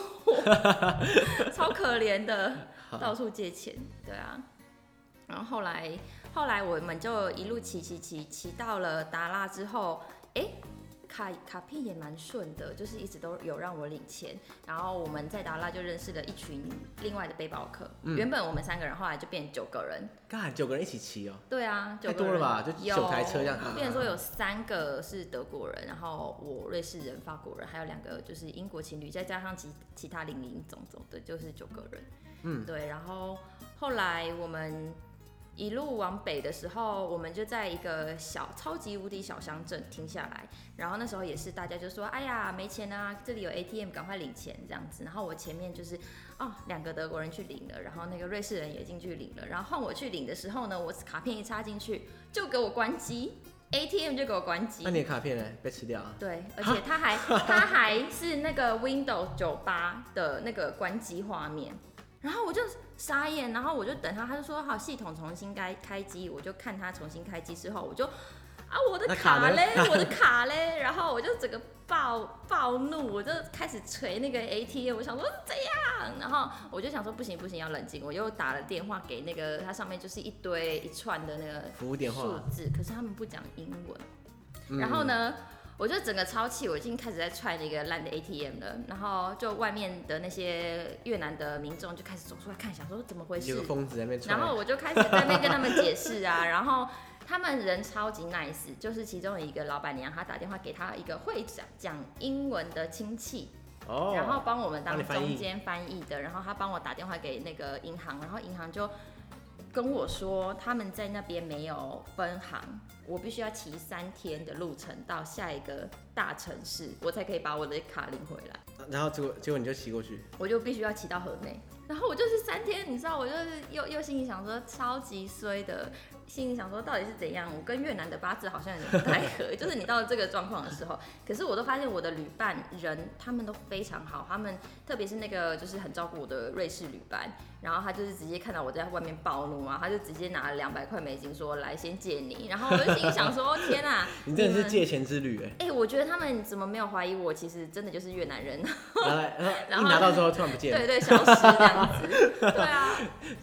S2: 超可怜的，到处借钱。对啊，然后后来后来我们就一路骑骑骑骑到了达拉之后，哎、卡卡片也蛮顺的，就是一直都有让我领钱。然后我们在达拉就认识了一群另外的背包客，
S1: 嗯
S2: 原本我们三个人，后来就变九个人。
S1: 干九个人一起骑哦、
S2: 对啊，
S1: 太
S2: 九个
S1: 多了
S2: 人
S1: 吧就
S2: 有
S1: 九台车这样啊
S2: 变成说有三个是德国人，然后我瑞士人、法国人，还有两个就是英国情侣，再加上其其他零零总总的，就是九个人。
S1: 嗯，
S2: 对。然后后来我们一路往北的时候，我们就在一个小超级无敌小乡镇停下来，然后那时候也是大家就说：“哎呀，没钱啊，这里有 ATM，赶快领钱这样子。”然后我前面就是哦，两个德国人去领了，然后那个瑞士人也进去领了，然后换我去领的时候呢，我卡片一插进去就给我关机，ATM 就给我关机
S1: 那。你的卡片呢？被吃掉啊？
S2: 对，而且它还它还是那个 Windows 九八的那个关机画面，然后我就傻眼，然后我就等他，他就说好系统重新开开机，我就看他重新开机之后，我就啊我的
S1: 那卡
S2: 卡
S1: 呢
S2: 嘞，我 的卡嘞，然后我就整个暴暴怒，我就开始捶那个 ATM，我想说怎样，然后我就想说不行不行要冷静，我又打了电话给那个它上面就是一堆一串的那个
S1: 服务电
S2: 数
S1: 话。
S2: 字，可是他们不讲英文。
S1: 啊嗯
S2: 然后？呢，我就整个超气，我已经开始在踹那个烂的 ATM 了。然后就外面的那些越南的民众就开始走出来看，想说怎么回
S1: 有
S2: 事
S1: 个。疯子在那边穿。
S2: 然后我就开始在那边跟他们解释啊，然后他们人超级 nice，就是其中有一个老板娘，她打电话给她一个会讲讲英文的亲戚，
S1: 哦，
S2: 然后帮我们
S1: 帮你
S2: 当
S1: 翻译
S2: 中间翻译的，然后他帮我打电话给那个银行，然后银行就跟我说他们在那边没有分行，我必须要骑三天的路程到下一个大城市，我才可以把我的卡领回来，
S1: 然后结果结果你就骑过去，
S2: 我就必须要骑到河内。然后我就是三天，你知道，我就是又又心里想说超级衰的，心里想说到底是怎样？我跟越南的八字好像有点不太合， 就是你到了这个状况的时候，可是我都发现我的旅伴人他们都非常好，他们特别是那个就是很照顾我的瑞士旅伴，然后他就是直接看到我在外面暴怒啊，他就直接拿了两百块美金说来先借你，然后我就心里想说 天啊，
S1: 你真的是
S2: 们。
S1: 借钱之旅哎。
S2: 哎、我觉得他们怎么没有怀疑我？其实真的就是越南人，
S1: 然后然
S2: 然
S1: 后
S2: 后
S1: 一拿到之后突然不见
S2: 对
S1: 了，
S2: 对，消失这样子，对啊，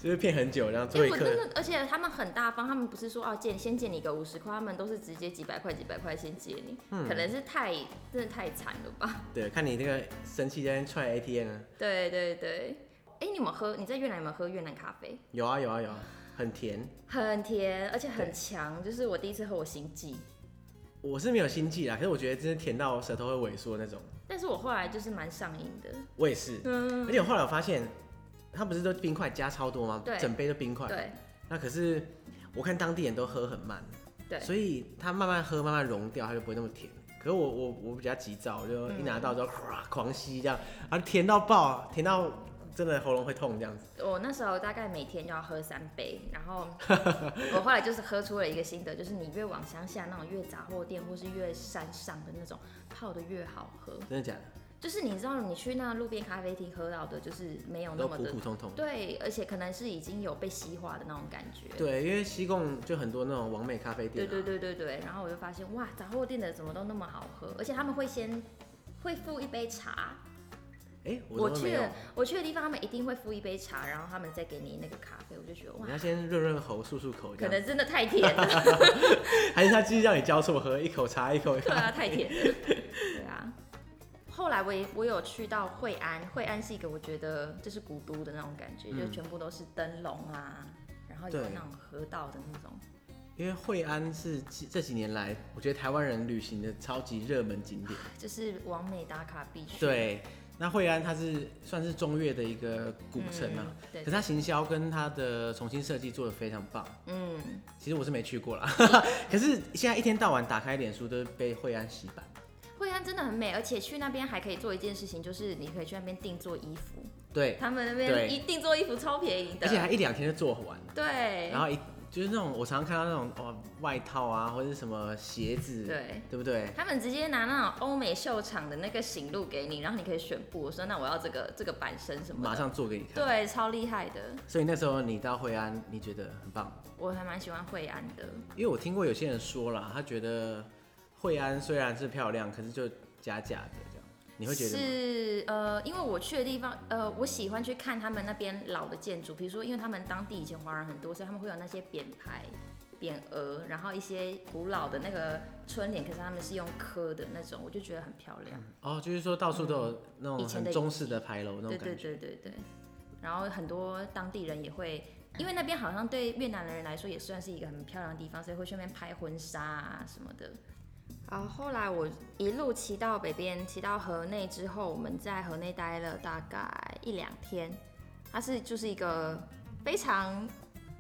S1: 就是骗很久，然后
S2: 因
S1: 最
S2: 为
S1: 后
S2: 哎我
S1: 一
S2: 真
S1: 刻
S2: 的，而且他们很大方，他们不是说哦借先借你个五十块，他们都是直接几百块几百块先借你，可能是太真的太惨了吧？
S1: 对，看你那个生气在那边踹 ATM 啊，
S2: 对对对，哎、你有没有喝？你在越南有没有喝越南咖啡？
S1: 有啊有啊有啊，很甜。
S2: 很甜，而且很强，就是我第一次喝我心悸，
S1: 我是没有心悸啦，可是我觉得真的甜到舌头会萎缩那种。
S2: 但是我后来就是蛮上瘾的，
S1: 我也是，
S2: 嗯，
S1: 而且我后来我发现，它不是都冰块加超多吗？
S2: 对
S1: 整杯都冰块。
S2: 对
S1: 那可是我看当地人都喝很慢，
S2: 对
S1: 所以它慢慢喝，慢慢溶掉，它就不会那么甜。可是我我我比较急躁，我就一拿到
S2: 嗯
S1: 之后、哗狂吸这样，啊甜到爆，甜到真的喉咙会痛这样子。
S2: 我那时候大概每天就要喝三杯，然 后我后来就是喝出了一个心得，就是你越往乡下那种越杂货店或是越山上的那种泡的越好喝，
S1: 真的假的？
S2: 就是你知道，你去那路边咖啡厅喝到的，就是没有那
S1: 都
S2: 么
S1: 普
S2: 的
S1: 普通通。
S2: 对，而且可能是已经有被西化的那种感觉。
S1: 对，啊因为西贡就很多那种完美咖啡店、
S2: 对
S1: 啊，
S2: 对对对对然后我就发现哇，杂货店的怎么都那么好喝，而且他们会先会附一杯茶，
S1: 哎，我
S2: 我
S1: 都没
S2: 去
S1: 有
S2: 的。我去的地方，他们一定会付一杯茶，然后他们再给你那个咖啡，我就觉得哇
S1: 你，要先润润喉、漱漱口，这
S2: 可
S1: 样。
S2: 能真的太甜了，
S1: 还是他继续让你交错喝，一口茶一口
S2: 对
S1: 咖
S2: 啊，太甜了，对啊。后来我也我有去到惠安，惠安是一个我觉得就是古都的那种感觉，
S1: 嗯
S2: 就全部都是灯笼啊，然后有
S1: 对
S2: 那种河道的那种，
S1: 因为惠安是这这几年来，我觉得台湾人旅行的超级热门景点。
S2: 就是完美打卡必去。
S1: 对，那惠安它是算是中越的一个古城啊，
S2: 嗯，对
S1: 可是它行销跟它的重新设计做的非常棒。
S2: 嗯，
S1: 其实我是没去过 啦，可是现在一天到晚打开脸书都是被惠安洗版。
S2: 惠啊安真的很美，而且去那边还可以做一件事情，就是你可以去那边定做衣服，
S1: 对，
S2: 他们那
S1: 对
S2: 边一定做衣服超便宜
S1: 而
S2: 的，
S1: 且还一两天就做完了。
S2: 对，
S1: 然后一就是那种我常常看到那种哦外套啊，或者是什么鞋子，
S2: 对
S1: 对不对？
S2: 他们直接拿那种欧美秀场的那个行路给你，然后你可以选布，我说那我要这个这个版身什么的，
S1: 马上做给你看。
S2: 对，超厉害的，
S1: 所以那时候你到惠安，你觉得很棒，
S2: 我还蛮喜欢惠安的，
S1: 因为我听过有些人说啦，他觉得惠安虽然是漂亮，可是就假假的这样，你会觉得吗？
S2: 是呃，因为我去的地方，呃，我喜欢去看他们那边老的建筑，比如说，因为他们当地以前华人很多，所以他们会有那些匾牌、匾额，然后一些古老的那个春联，可是他们是用刻的那种，我就觉得很漂亮。
S1: 哦，就是说到处都有那
S2: 嗯
S1: 种
S2: 以前的
S1: 很中式的牌楼那种
S2: 对
S1: 感觉。
S2: 对对对对。然后很多当地人也会，因为那边好像对越南人来说也算是一个很漂亮的地方，所以会去那边拍婚纱啊什么的。然后后来我一路骑到北边，骑到河内之后，我们在河内待了大概一两天。它是就是一个非常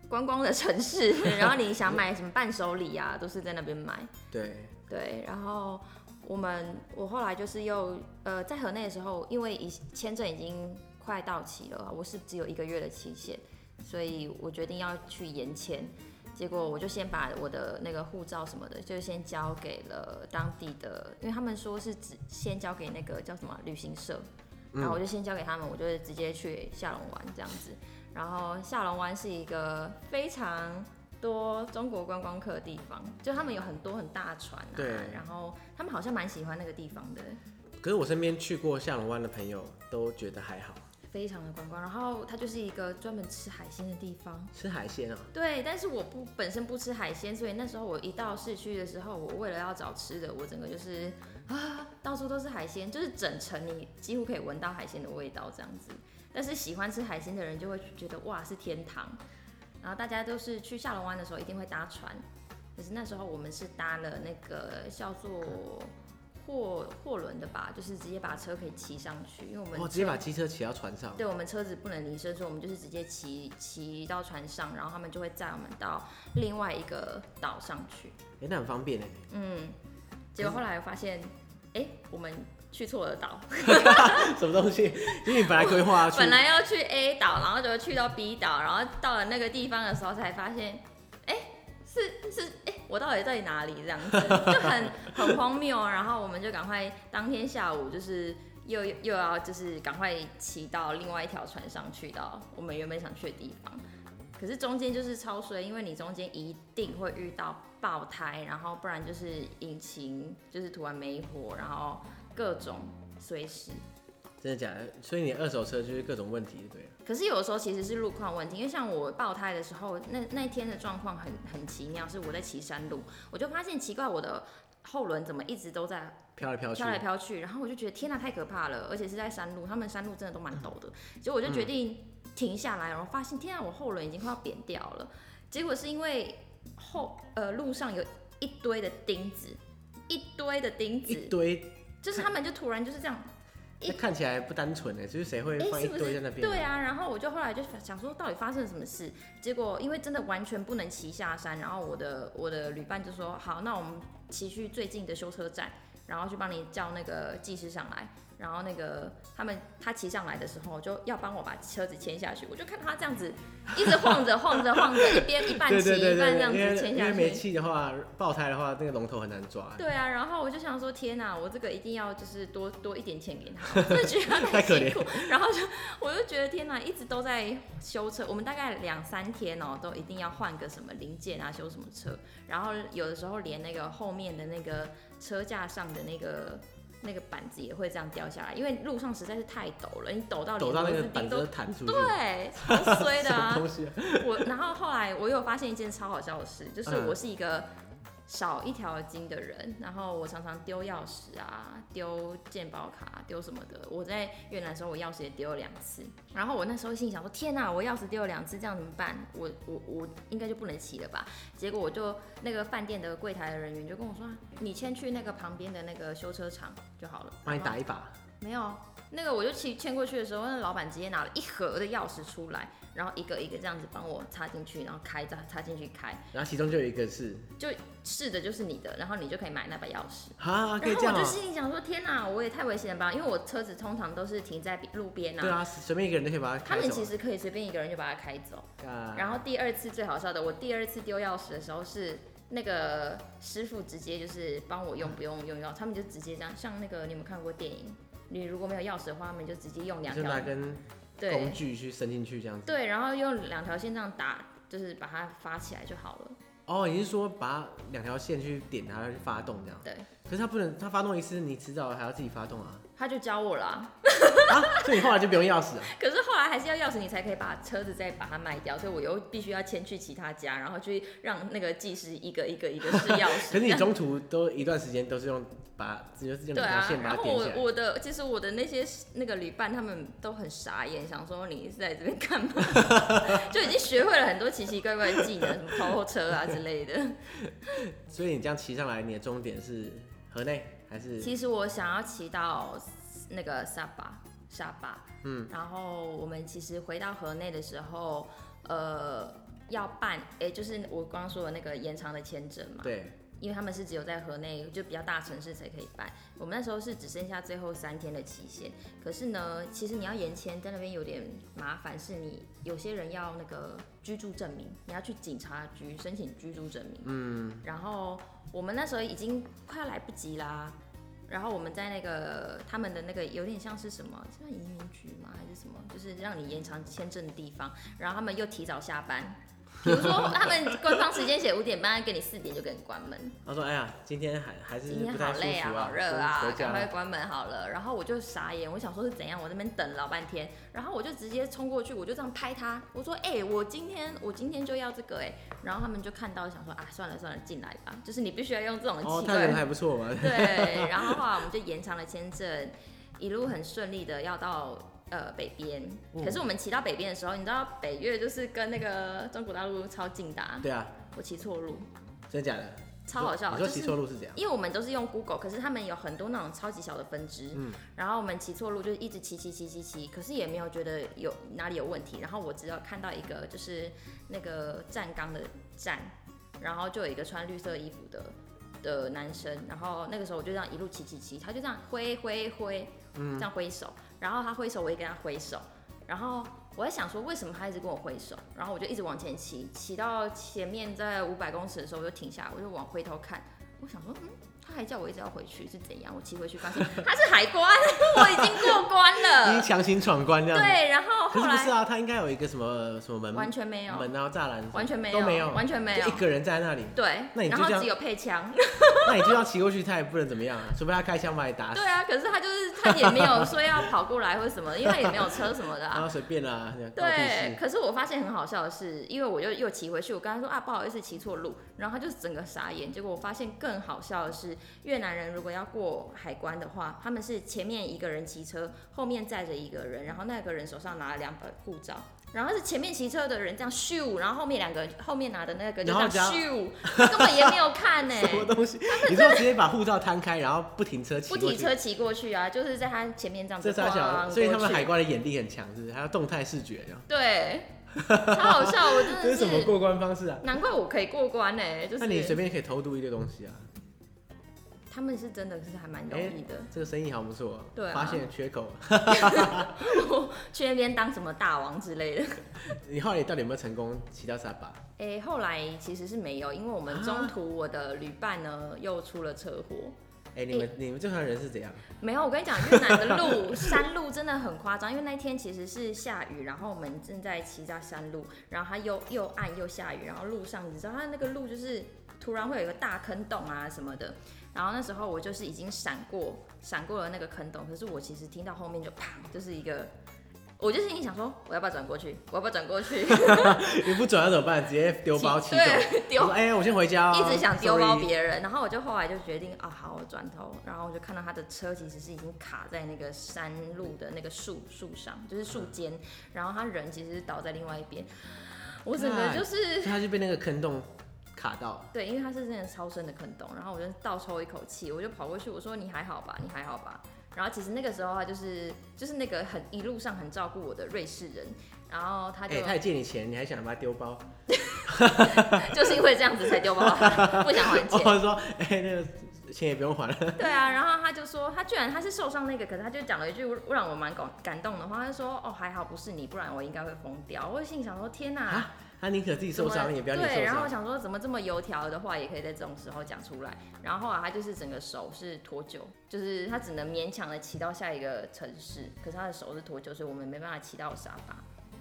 S2: 观光的城 市，然后你想买什么伴手礼啊，都是在那边买。
S1: 对
S2: 对，然后我们我后来就是又呃在河内的时候，因为已签证已经快到期了，我是只有一个月的期限，所以我决定要去延签。结果我就先把我的那个护照什么的，就先交给了当地的，因为他们说是只先交给那个叫什么旅行社，然后我就先交给他们，我就是直接去下龙湾这样子。然后下龙湾是一个非常多中国观光客的地方，就他们有很多很大的船啊，
S1: 对
S2: 然后他们好像蛮喜欢那个地方的，
S1: 可是我身边去过下龙湾的朋友都觉得还好，
S2: 非常的观光。然后它就是一个专门吃海鲜的地方。
S1: 吃海鲜啊，
S2: 对，但是我不本身不吃海鲜，所以那时候我一到市区的时候，我为了要找吃的，我整个就是啊，到处都是海鲜，就是整城你几乎可以闻到海鲜的味道这样子。但是喜欢吃海鲜的人就会觉得哇是天堂，然后大家都是去下龙湾的时候一定会搭船，可是那时候我们是搭了那个叫做货货轮的吧，就是直接把车可以骑上去，因为我们
S1: 哦，直接
S2: 车
S1: 把机车骑到船上。
S2: 对我们车子不能离身，所以我们就是直接骑骑到船上，然后他们就会载我们到另外一个岛上去。
S1: 哎、那很方便哎。
S2: 嗯，结果后来发现，哎、我们去错了岛，
S1: 什么东西？因为你本来规划要去，
S2: 本来要去 A 岛，然后就去到 B 岛，然后到了那个地方的时候才发现，哎、是是，哎、我到底在哪里？这样子就很很荒谬。哦然后我们就赶快当天下午就是。又又又要就是赶快骑到另外一条船上去到我们原本想去的地方，可是中间就是超衰，因为你中间一定会遇到爆胎，然后不然就是引擎就是突然没火，然后各种随时
S1: 真的假的？所以你二手车就是各种问题，对了。
S2: 可是有的时候其实是路况问题，因为像我爆胎的时候，那那一天的状况很很奇妙，是我在骑山路，我就发现奇怪，我的后轮怎么一直都在
S1: 飘来飘去
S2: 飘。来飘去，然后我就觉得天呐，太可怕了，而且是在山路，他们山路真的都蛮陡的，
S1: 嗯
S2: 结果我就决定停下来，然后发现天啊，我后轮已经快要扁掉了，结果是因为后呃路上有一堆的钉子，一堆的钉
S1: 一
S2: 子，
S1: 堆，
S2: 就是他们就突然就是这样一
S1: 那看起来不单纯哎，就是谁会
S2: 哎，
S1: 放一
S2: 是不
S1: 堆在
S2: 是
S1: 那？边？
S2: 对啊，然后我就后来就想说，到底发生了什么事？结果因为真的完全不能骑下山，然后我的我的旅伴就说，好，那我们骑去最近的修车站，然后去帮你叫那个技师上来。然后那个他们他骑上来的时候，就要帮我把车子牵下去，我就看他这样子一直晃着晃着晃着，一边一 半
S1: 对
S2: 骑
S1: 对对
S2: 一半这样
S1: 对，因
S2: 子
S1: 为
S2: 牵
S1: 因为
S2: 下
S1: 没
S2: 去。
S1: 气的话，爆胎的话，那个龙头很难抓。
S2: 对啊，然后我就想说，天哪，我这个一定要就是多多一点钱 给他，我真的觉得
S1: 太
S2: 太
S1: 可
S2: 辛苦。 然后就我就觉得天哪，一直都在修车，我们大概两三天哦，都一定要换个什么零件啊，修什么车。然后有的时候连那个后面的那个车架上的那个那个板子也会这样掉下来，因为路上实在是太陡了，你陡到
S1: 抖
S2: 连
S1: 到那
S2: 螺
S1: 个
S2: 丝
S1: 板子
S2: 钉
S1: 都
S2: 都
S1: 弹出去，
S2: 对，超 衰的
S1: 什么
S2: 啊！
S1: 东西啊、
S2: 我然后后来我有发现一件超好笑的事，就是
S1: 嗯
S2: 我是一个少一条筋的人，然后我常常丢钥匙啊、丢健保卡、丢什么的。我在越南的时候，我钥匙也丢了两次。然后我那时候心里想说：天哪、我钥匙丢了两次，这样怎么办？我我我应该就不能骑了吧？结果我就那个饭店的柜台的人员就跟我说啊：你先去那个旁边的那个修车厂就好了。
S1: 帮你
S2: 然后
S1: 打一把，
S2: 没有，那个我就去牵过去的时候，那老板直接拿了一盒的钥匙出来，然后一个一个这样子帮我插进去，然后开插插进去开，
S1: 然后其中就有一个是，
S2: 是的就是你的，然后你就可以买那把钥匙。
S1: 啊，可以
S2: 然
S1: 这
S2: 后
S1: 样
S2: 我就
S1: 啊、
S2: 心里想说，天哪，我也太危险了吧！因为我车子通常都是停在路边
S1: 对啊，随便一个人都可以把它
S2: 他
S1: 开
S2: 们
S1: 走
S2: 其。实可以随便一个人就把它开走。
S1: 啊
S2: 然后第二次最好笑的，我第二次丢钥匙的时候是那个师傅直接就是帮我用不用用钥匙，他们就直接这样，像那个你有没有看过电影？你如果没有钥匙的话，他们就直接用两
S1: 就
S2: 条
S1: 拿根
S2: 对
S1: 工具去伸进去这样子。
S2: 对，然后用两条线这样打，就是把它发起来就好了。
S1: 哦，你是说把两条线去点它去发动这样？
S2: 对，
S1: 可是它不能，它发动一次，你迟早还要自己发动啊。
S2: 他就教我啦。
S1: 啊，所以你后来就不用钥匙了。
S2: 可是后来还是要钥匙，你才可以把车子再把它卖掉，所以我又必须要先去其他家，然后去让那个技师一个一个一个试钥匙。
S1: 可是你中途都一段时间都是用把，就是用
S2: 对
S1: 两条
S2: 啊
S1: 线，把
S2: 然
S1: 它
S2: 后
S1: 点起来。
S2: 我我的其实我的那些那个旅伴他们都很傻眼，想说你是在这边干嘛？ 就已经学会了很多奇奇怪怪的技能，什么跑后车啊之类的。
S1: 所以你这样骑上来，你的终点是河内还是？
S2: 其实我想要骑到那个沙巴，沙巴，嗯，然后我们其实回到河内的时候，呃，要办，诶，就是我刚刚说的那个延长的签证嘛，
S1: 对，
S2: 因为他们是只有在河内就比较大城市才可以办，我们那时候是只剩下最后三天的期限，可是呢，其实你要延签在那边有点麻烦，是你有些人要那个居住证明，你要去警察局申请居住证明，嗯，然后我们那时候已经快要来不及啦。然后我们在那个他们的那个有点像是什么，是移民局吗？还是什么？就是让你延长签证的地方。然后他们又提早下班，比如说他们官方时间写五点半，给你四点就给你关门。
S1: 他说：“哎呀，今天还还是
S2: 今天
S1: 不
S2: 好
S1: 太舒
S2: 累啊，
S1: 服
S2: 好热
S1: 回
S2: 啊，
S1: 家
S2: 赶快关门好了。然后我就傻眼，我想说是怎样，我在那边等老半天，然后我就直接冲过去，我就这样拍他，我说：“哎、我今天我今天就要这个哎、然后他们就看到，想说：“啊，算了算了，进来吧。”就是你必须要用这种
S1: 哦，
S2: 奇
S1: 他
S2: 怪
S1: 人
S2: 的
S1: 还不错嘛。
S2: 对，啊然后后来我们就延长了签证，一路很顺利的要到呃北边。
S1: 嗯
S2: 可是我们骑到北边的时候，你知道北越就是跟那个中国大陆超近的、啊，
S1: 对啊，
S2: 我骑错路，
S1: 真的假的？
S2: 超好笑，
S1: 你说
S2: 就
S1: 骑
S2: 是
S1: 错路是怎样？
S2: 因为我们都是用 Google，可是他们有很多那种超级小的分支，然后我们骑错路就一直骑骑骑骑骑，可是也没有觉得有哪里有问题。然后我只要看到一个就是那个站岗的站，然后就有一个穿绿色衣服的的男生，然后那个时候我就这样一路骑骑骑，他就这样挥挥挥，这样挥手，然后他挥手我也跟他挥手，然后。我在想说，为什么他一直跟我挥手？然后我就一直往前骑，骑到前面在五百公尺的时候，我就停下来，我就往回头看，我想说，嗯，他还叫我一直要回去是怎样？我骑回去 发现他是海关，我已经过关
S1: 你
S2: 了。
S1: 强行闯关这样子？
S2: 呃对，然后
S1: 可
S2: 后
S1: 是不是
S2: 来
S1: 啊？他应该有一个什么什么门
S2: 完全没有，
S1: 门啊、栅栏，
S2: 完全没
S1: 都
S2: 有，
S1: 没有
S2: 完全没
S1: 就
S2: 有
S1: 一。个人站在那里，那
S2: 对，
S1: 你就
S2: 然
S1: 这
S2: 后
S1: 样
S2: 只有配枪。
S1: 那你就要骑过去，他也不能怎么样啊，除非他开枪把你打死
S2: 对，啊，可是他就是他也没有说要跑过来或什么，因为他也没有车什么的
S1: 然
S2: 啊。
S1: 后随便啦，这样关我屁
S2: 对，
S1: 事
S2: 可是我发现很好笑的是，因为我就又骑回去，我跟他说啊，不好意思，骑错路，然后他就整个傻眼。结果我发现更好笑的是，越南人如果要过海关的话，他们是前面一个人骑车，后面载着一个人，然后那个人手上拿了两本护照。然后是前面骑车的人这样咻，然后后面两个后面拿的那个就这样
S1: 然后
S2: 咻，他根本也没有看欸呢、
S1: 什么东 西？你说直接把护照摊开，然后不停车骑
S2: 不
S1: 过
S2: 提
S1: 去，
S2: 车骑过去啊，就是在他前面这样子
S1: 这三
S2: 晃
S1: 小，
S2: 过
S1: 所以他们
S2: 去
S1: 海关的眼力很强，是不是？还有动态视觉，这样
S2: 对，超好笑，我真
S1: 这
S2: 的
S1: 是什么过关方式啊？
S2: 难怪我可以过关呢、就
S1: 那
S2: 是
S1: 你随便可以偷渡一堆东西啊，
S2: 他们是真的是还蛮
S1: 哎
S2: 容易的，
S1: 这个生意好不错哦，
S2: 对啊
S1: 发现了缺口。
S2: 去那边当什么大王之类的。
S1: 你后来到底有没有成功骑到沙巴？
S2: 哎、后来其实是没有，因为我们中途我的旅伴呢又出了车祸。
S1: 哎、你们、你们这团人是怎样？
S2: 没有，我跟你讲，越南的路山路真的很夸张，因为那天其实是下雨，然后我们正在骑在山路，然后它又又暗又下雨，然后路上你知道它那个路就是。突然会有一个大坑洞啊什么的。然后那时候我就是已经闪过闪过了那个坑洞，可是我其实听到后面就砰，就是一个，我就是已经想说我要不要转过去，我要不要转过去，
S1: 你不转要怎么办？直接丢包起走。
S2: 对，
S1: 我
S2: 丢
S1: 说，哎、我先回家、哦。
S2: 一直想丢包
S1: sorry
S2: 别人。然后我就后来就决定啊，好，我转头，然后我就看到他的车其实是已经卡在那个山路的那个树树上，就是树尖，然后他人其实是倒在另外一边，我整个就是
S1: 所以他就被那个坑洞卡到。
S2: 对，因为它是真的超深的坑洞，然后我就倒抽一口气，我就跑过去，我说你还好吧，你还好吧。然后其实那个时候他就是就是那个很一路上很照顾我的瑞士人，然后他
S1: 哎、
S2: 就、
S1: 他也借你钱，你还想把他丢包？
S2: 就是因为这样子才丢包 他，不想还
S1: 哦，
S2: 钱。
S1: 我说，哎、那个钱也不用还了。
S2: 对啊，然后他就说，他居然他是受伤那个，可是他就讲了一句让我蛮感感动的话，他就说，哦，还好不是你，不然我应该会疯掉。我心里想说，天哪、
S1: 啊他宁可自己
S2: 怎
S1: 受
S2: 么
S1: 伤，啊也不要你
S2: 对，
S1: 受
S2: 然后我
S1: 伤。
S2: 想说，怎么这么油条的话也可以在这种时候讲出来。然后后啊来他就是整个手是脱臼，就是他只能勉强的骑到下一个城市，可是他的手是脱臼，所以我们没办法骑到沙发。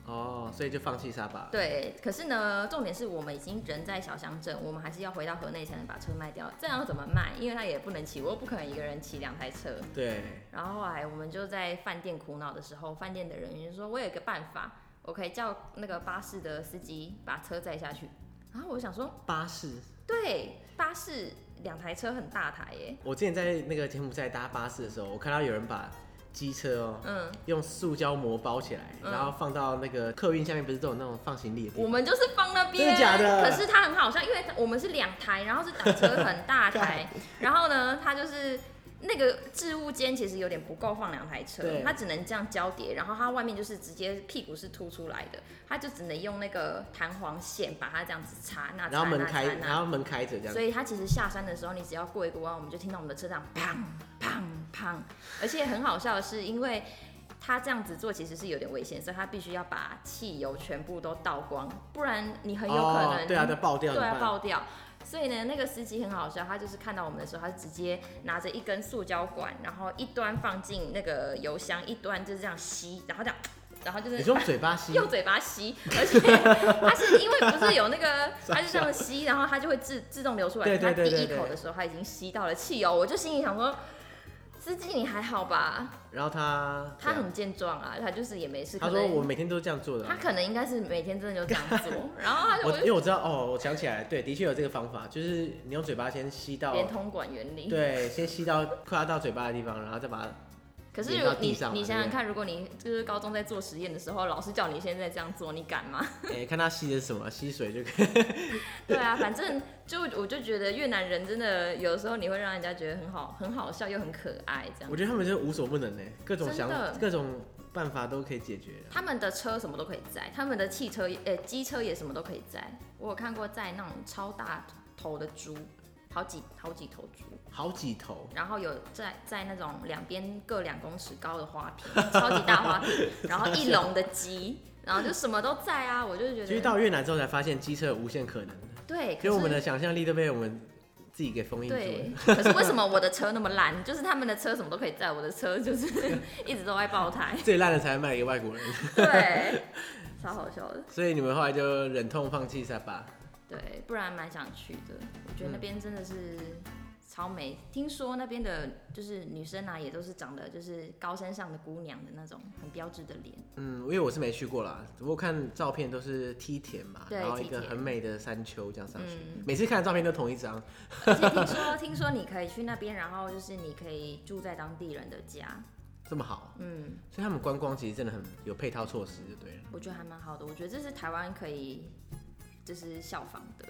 S1: 哦，所以就放弃沙巴。
S2: 对，可是呢，重点是我们已经人在小乡镇，我们还是要回到河内才能把车卖掉。这样要怎么卖？因为他也不能骑，我又不可能一个人骑两台车。
S1: 对，
S2: 然后后来我们就在饭店苦恼的时候，饭店的人员就说：“我有一个办法，我可以叫那个巴士的司机把车载下去。”然后我想说，
S1: 巴士。
S2: 对，巴士两台车很大台耶，
S1: 我之前在那个柬埔寨搭巴士的时候，我看到有人把机车哦、
S2: 嗯，
S1: 用塑胶膜包起来，
S2: 嗯
S1: 然后放到那个客运下面，不是都有那种放行李的地
S2: 我
S1: 方？
S2: 们就是放那边，
S1: 真的假的
S2: 可是它很好笑，因为我们是两台，然后是挡车很 大台，然后呢，它就是。那个置物间其实有点不够放两台车
S1: 对，
S2: 它只能这样交叠，然后它外面就是直接屁股是凸出来的，它就只能用那个弹簧线把它这样子插那
S1: 然后
S2: 插
S1: 门
S2: 那
S1: 开
S2: 插，
S1: 然
S2: 那，
S1: 后门开着这样
S2: 啊所。以它其实下山的时候，你只要过一个弯，我们就听到我们的车这样砰砰砰，而且很好笑的是，因为他这样子做其实是有点危险，所以他必须要把汽油全部都倒光，不然你很有可能、
S1: 哦、对啊，都爆掉
S2: 对
S1: 怎么
S2: 啊
S1: 办？
S2: 爆掉。所以呢，那个司机很好笑，他就是看到我们的时候，他直接拿着一根塑胶管，然后一端放进那个油箱，一端就是这样吸，然后这样，然后就是
S1: 你用嘴巴吸，
S2: 用嘴巴吸，而且它是因为不是有那个，它就这样吸，然后它就会自自动流出来。
S1: 对对
S2: 它
S1: 对
S2: 第一
S1: 对对
S2: 口的时候，它已经吸到了汽油，我就心里想说，司机你还好吧？
S1: 然后他
S2: 他
S1: 怎样
S2: 很健壮啊，他就是也没事。
S1: 他
S2: 可
S1: 说
S2: 能
S1: 我每天都这样做的
S2: 他
S1: 啊。
S2: 可能应该是每天真的就这样做， 然后他就
S1: 我
S2: 我
S1: 因
S2: 就
S1: 为我知道哦，我想起来了，对，的确有这个方法，就是你用嘴巴先吸 到，
S2: 连通管原理。
S1: 对，先吸到快要到嘴巴的地方，然后再把它
S2: 可是
S1: 连
S2: 如
S1: 到
S2: 果
S1: 地
S2: 你
S1: 上嘛
S2: 你想
S1: 对不
S2: 想
S1: 对
S2: 看，如果你就是高中在做实验的时候，老师叫你现在这样做，你 敢吗？
S1: 哎、看他吸的是什么，吸水就可以。
S2: 对啊，反正就我就觉得越南人真的有时候你会让人家觉得很好很好笑又很可爱这样
S1: 我。觉得他们真的无所不能呢，欸各种想
S2: 真的
S1: 各种办法都可以解决。
S2: 他们的车什么都可以载，他们的汽车也呃机车也什么都可以载。我有看过载那种超大头的猪，好几好几头猪，
S1: 好几头，
S2: 然后有载载那种两边各两公尺高的花瓶，超级大花瓶，然后一笼的鸡，然后就什么都载啊，我就觉
S1: 其实
S2: 得
S1: 到越南之后才发现机车有无限可能，
S2: 对，可
S1: 所以
S2: 是
S1: 我们的想象力都被我们自己给封印住
S2: 对
S1: 了。，
S2: 可是为什么我的车那么烂？就是他们的车什么都可以载，我的车就是 一直都在爆胎，
S1: 最烂的才卖给外国人，
S2: 对，超好笑的。
S1: 所以你们后来就忍痛放弃沙巴。
S2: 对，不然蛮想去的。我觉得
S1: 嗯
S2: 那边真的是超美，听说那边的就是女生啊，也都是长得就是高山上的姑娘的那种很标致的脸。
S1: 嗯，因为我是没去过啦，不过看照片都是梯田嘛，
S2: 对
S1: 然后一
S2: 梯
S1: 个
S2: 田
S1: 很美的山丘这样上去，
S2: 嗯
S1: 每次看的照片都同一张。
S2: 而且听说，听说你可以去那边，然后就是你可以住在当地人的家。
S1: 这么好，
S2: 嗯，
S1: 所以他们观光其实真的很有配套措施，就对了。
S2: 我觉得还蛮好的。我觉得这是台湾可以就是效仿的。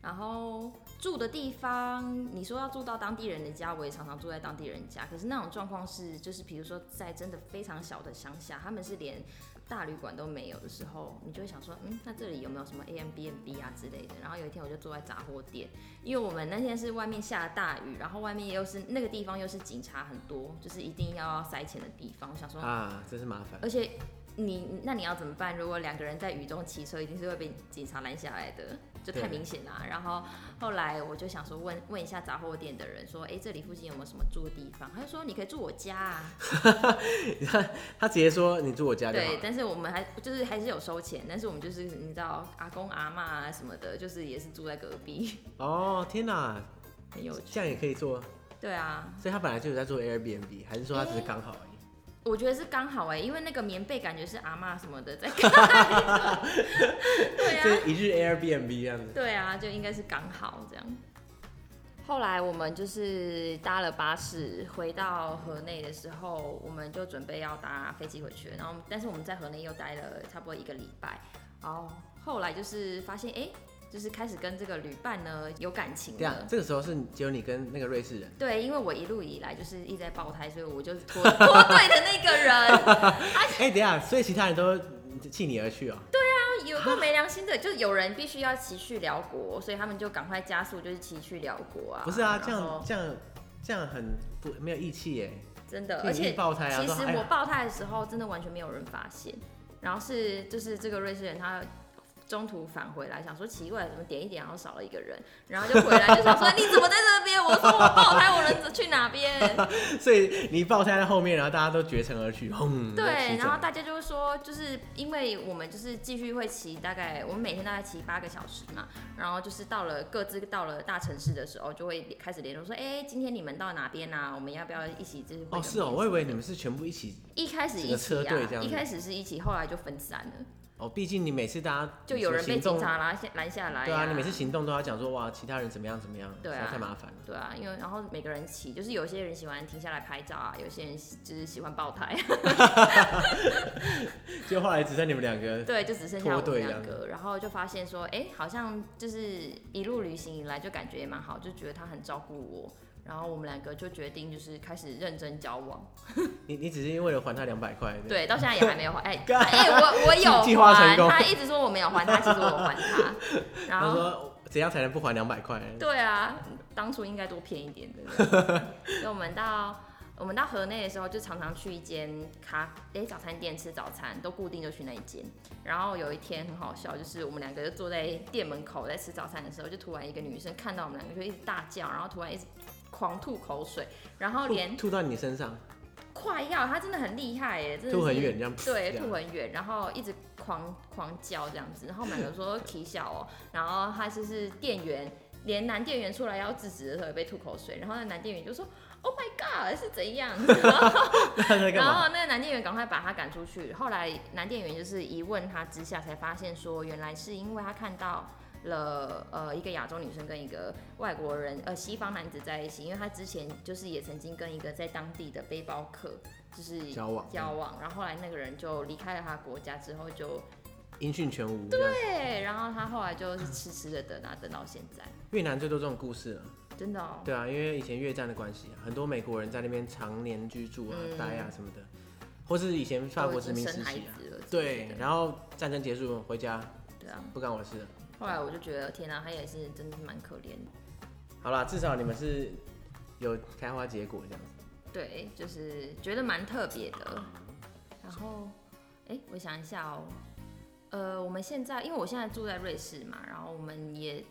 S2: 然后住的地方，你说要住到当地人的家，我也常常住在当地人家。可是那种状况是，就是比如说在真的非常小的乡下，他们是连大旅馆都没有的时候，你就会想说，嗯，那这里有没有什么 A M B N B 啊之类的？然后有一天我就坐在杂货店，因为我们那天是外面下大雨，然后外面又是那个地方又是警察很多，就是一定要塞钱的地方。我想说，
S1: 啊，真是麻烦。
S2: 而且你那你要怎么办？如果两个人在雨中骑车，一定是会被警察拦下来的，就
S1: 对
S2: 太明显啦、然后后来我就想说问问一下杂货店的人说，哎、这里附近有没有什么住的地方？他就说你可以住我家啊，
S1: 他直接说你住我家就好
S2: 对，
S1: 了。
S2: 但是我们还就是还是有收钱，但是我们就是你知道阿公阿妈啊什么的，就是也是住在隔壁，
S1: 哦，天哪，
S2: 很有趣。
S1: 这样也可以做。
S2: 对啊，
S1: 所以他本来就有在做 Airbnb，还是说他只是刚好而已？
S2: 我觉得是刚好哎、因为那个棉被感觉是阿嬷什么的在盖。对
S1: 所
S2: 啊，
S1: 以一日 Airbnb 这样子。
S2: 对啊，就应该是刚好这样。
S3: 后来我们就是搭了巴士回到河内的时候，我们就准备要搭飞机回去了，然后但是我们在河内又待了差不多一个礼拜，然后后来就是发现哎、诶就是开始跟这个旅伴呢有感情
S1: 这样
S3: 了，。
S1: 这个时候是只有你跟那个瑞士人，
S2: 对，因为我一路以来就是一直在爆胎，所以我就拖拖队的那个人，
S1: 哎、等一下，所以其他人都弃你而去哦、
S2: 有够没良心的，就有人必须要骑去辽国，所以他们就赶快加速，就是骑去辽国啊。
S1: 不是啊，
S2: 然
S1: 这样
S2: 后
S1: 这样这样很不没有义气耶，
S2: 真的，
S1: 就
S2: 而
S1: 已经
S2: 且
S1: 爆胎啊，
S2: 其
S1: 说
S2: 实
S1: 哎
S2: 我
S1: 呀
S2: 爆胎的时候，真的完全没有人发现。然后是就是这个瑞士人他中途返回来，想说奇怪怎么点一点，然后少了一个人，然后就回来就想说你怎么在这边？我说我爆胎，我能去哪边？
S1: 嗯所以你爆胎在后面，然后大家都绝尘而去，轰，
S2: 对，
S1: 骑走
S2: 然后大家就会说，就是因为我们就是继续会骑，大概我们每天大概骑八个小时嘛，然后就是到了各自到了大城市的时候，就会开始联络说，哎，今天你们到哪边啊？我们要不要一起就是回
S1: 哦
S2: 个
S1: 是哦，
S2: 面
S1: 我以
S2: 什么
S1: 为
S2: 的
S1: 你们是全部一起
S2: 一开始
S1: 整
S2: 一
S1: 个
S2: 起
S1: 车队这
S2: 啊，
S1: 样
S2: 一
S1: 子
S2: 开始是一起，后来就分散了，
S1: 哦，毕竟你每次大家
S2: 就有人被
S1: 行动
S2: 警察拦下拦下来、
S1: 对啊，你每次行动都要讲说哇，其他人怎么样怎么样，
S2: 对啊
S1: 实在太麻烦了。
S2: 对啊，因为然后每个人骑，就是有些人喜欢停下来拍照啊，有些人喜就是喜欢爆胎，啊
S1: 结果后来只剩你们两个，
S2: 对，就只剩下
S1: 脱
S2: 我们
S1: 队这样
S2: 两个，然后就发现说，哎、好像就是一路旅行以来就感觉也蛮好，就觉得他很照顾我，然后我们两个就决定就是开始认真交往，
S1: 你你只是为了还他两百块，这样，
S2: 对，到现在也还 没有还，哎、哎、我我有
S1: 计划成
S2: 还，
S1: 功
S2: 他一直说我没有还他，其实我有还 他，然
S1: 他
S2: 后
S1: 说怎样才能不还两百块？
S2: 对啊，当初应该多骗一点的。所以我们到我们到河内的时候，就常常去一间咖诶、早餐店吃早餐，都固定就去那一间。然后有一天很好笑，就是我们两个就坐在店门口在吃早餐的时候，就突然一个女生看到我们两个就一直大叫，然后突然一直狂吐口水，然后连
S1: 吐吐到你身上，
S2: 快要她真的很厉害耶，真的
S1: 吐很
S2: 是
S1: 远这样，
S2: 嗯对，
S1: 这样
S2: 吐很远，然后一直狂狂叫这样子，然后我们两个说 k 笑哦，然后他就是店员，连男店员出来要制止的时候也被吐口水，然后那男店员就说 Oh my God 是怎样？
S1: 那他 在干
S2: 然
S1: 嘛？
S2: 后那个男店员哦赶快把他赶出去。后来男店员就是一问他之下，才发现说原来是因为他看到了呃一个亚洲女生跟一个外国人呃西方男子在一起，因为他之前就是也曾经跟一个在当地的背包客就是
S1: 交往
S2: 交往，然后后来那个人就离开了他国家之后就
S1: 音讯全无，对，
S2: 对，然后他后来就是痴痴的等啊等到现在，
S1: 越南最多这种故事了。
S2: 真的哦，
S1: 对啊，因为以前越战的关系啊，很多美国人在那边常年居住啊、
S2: 嗯
S1: 待啊什么的，或是以前法
S2: 都
S1: 国
S2: 已
S1: 殖
S2: 经
S1: 民
S2: 生
S1: 时
S2: 孩
S1: 期啊。
S2: 子了，
S1: 对，然后战争结束回家，
S2: 对啊。
S1: 不干我的事了。
S2: 后来我就觉得天啊，他也是真的是蛮可怜的。
S1: 好啦，至少你们是有开花结果这样子。
S2: 对，就是觉得蛮特别的。然后，哎，我想一下哦，呃，我们现在因为我现在住在瑞士嘛，然后我们也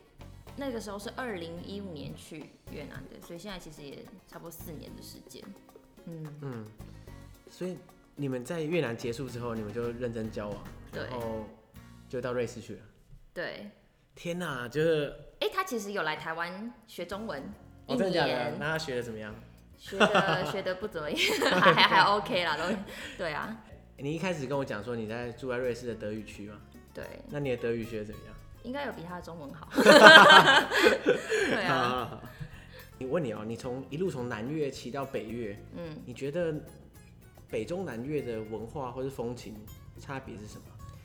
S2: 那个时候是二零一五年去越南的，所以现在其实也差不多四年的时间。嗯，
S1: 嗯，所以你们在越南结束之后，你们就认真交往，
S2: 对
S1: 然后就到瑞士去了。
S2: 对。
S1: 天哪、就是
S2: 哎，他其实有来台湾学中文一
S1: 哦，真的假的？
S2: 年，
S1: 那他学的怎么样？
S2: 学的学的不怎么样，还还还 OK 啦，都对啊，
S1: 你一开始跟我讲说你在住在瑞士的德语区嘛，
S2: 对，
S1: 那你的德语学的怎么样？
S2: 应该有比他的中文 好。 对
S1: 好
S2: 啊，
S1: 好好 你问你哦，你从一路从南越骑到北越，
S2: 嗯。
S1: 你觉得北中南越的文化或是风情差别是什么？